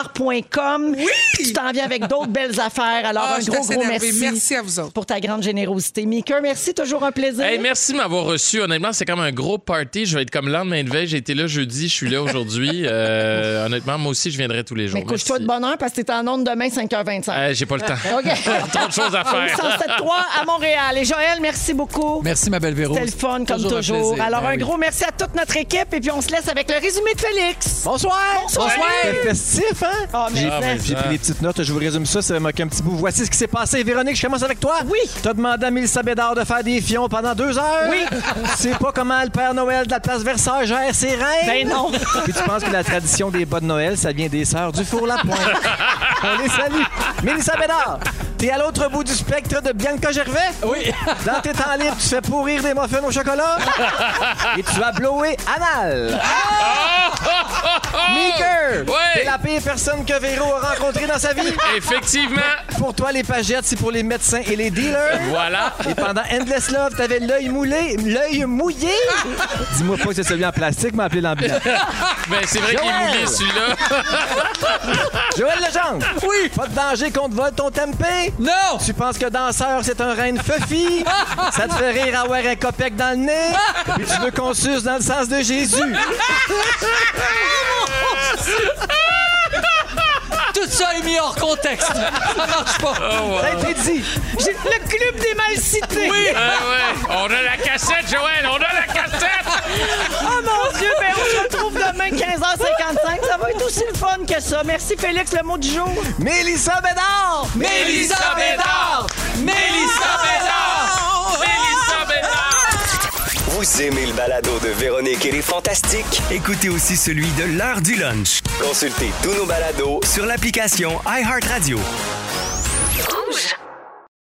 Speaker 1: melissabédard.com. Puis tu t'en viens avec d'autres belles affaires. Alors
Speaker 2: Ah,
Speaker 1: un
Speaker 2: je
Speaker 1: gros,
Speaker 2: suis
Speaker 1: gros
Speaker 2: énervée.
Speaker 1: merci.
Speaker 2: Merci à vous autres.
Speaker 1: Pour ta grande générosité. Mika, merci, toujours un plaisir.
Speaker 3: Hey, merci de m'avoir reçu. Honnêtement, c'est comme un gros party. Je vais être comme le lendemain de veille. J'ai été là jeudi, je suis là aujourd'hui. Euh, honnêtement, moi aussi, je viendrai tous les jours.
Speaker 1: Mais couche-toi
Speaker 3: Merci.
Speaker 1: de bonne heure parce que t'es en onde demain 5h25.
Speaker 3: Euh, J'ai pas le temps.
Speaker 1: OK.
Speaker 3: Trop de choses à faire.
Speaker 1: 107.3 à Montréal. Et Joël, merci beaucoup.
Speaker 4: Merci, ma belle Véro.
Speaker 1: C'était le fun, comme toujours.
Speaker 4: un plaisir.
Speaker 1: Alors,
Speaker 4: Ben
Speaker 1: un
Speaker 4: oui.
Speaker 1: gros merci à toute notre équipe. Et puis, on se laisse avec le résumé de Félix.
Speaker 9: Bonsoir!
Speaker 1: Bonsoir.
Speaker 9: C'était festif, hein?
Speaker 1: Ah, mais
Speaker 9: J'ai
Speaker 1: ça-
Speaker 3: mais-
Speaker 9: j'ai pris des petites notes, je vous résume ça, ça manque un petit bout. Voici ce qui s'est passé. Véronique, je commence avec toi.
Speaker 1: Oui.
Speaker 9: T'as demandé à Mélissa Bédard de faire des fions pendant deux heures. Oui. Tu sais pas comment le Père Noël de la place Versailles gère ses rêves.
Speaker 1: Ben non.
Speaker 9: Puis tu penses que la tradition des bas de Noël, ça vient des sœurs du four la pointe. On les salue. Mélissa Bédard, t'es à l'autre bout du spectre de Bianca Gervais.
Speaker 4: Oui.
Speaker 9: Dans tes temps libres, tu fais pourrir des muffins au chocolat. Et tu vas blower anal. Meeker,
Speaker 3: Ouais.
Speaker 9: t'es la pire personne que Véro a rencontrée dans sa vie.
Speaker 3: Effectivement.
Speaker 9: Pour toi, les pagettes, c'est pour les médecins et les dealers.
Speaker 3: Voilà.
Speaker 9: Et pendant Endless Love, t'avais l'œil moulé, l'œil mouillé. Dis-moi pas que c'est celui en plastique, mais appelé l'ambulance.
Speaker 3: Ben, c'est vrai qu'il est
Speaker 9: Joël.
Speaker 3: mouillé, celui-là.
Speaker 9: Joël Legendre. Oui. Pas de danger qu'on te vole ton tempé.
Speaker 4: Non!
Speaker 9: Tu penses que danseur, c'est un reine fuffy? Ça te fait rire avoir un copec dans le nez? Puis tu veux qu'on suce dans le sens de Jésus?
Speaker 4: Tout ça est mis hors contexte. Ça marche pas.
Speaker 9: Ça a été dit.
Speaker 1: J'ai- Le club des mal cités.
Speaker 3: Ah ouais. On a la cassette, Joël. On a la cassette.
Speaker 1: Oh mon Dieu, ben on se retrouve demain 15h55. Ça va être aussi le fun que ça. Merci Félix, le mot du jour.
Speaker 9: Mélissa Bédard!
Speaker 4: Mélissa Bédard! Mélissa Bédard!
Speaker 3: Mélissa Bédard.
Speaker 7: Vous aimez le balado de Véronique et les Fantastiques?
Speaker 6: Écoutez aussi celui de l'heure du lunch
Speaker 7: Consultez tous nos balados
Speaker 6: sur l'application iHeartRadio.
Speaker 10: Rouge.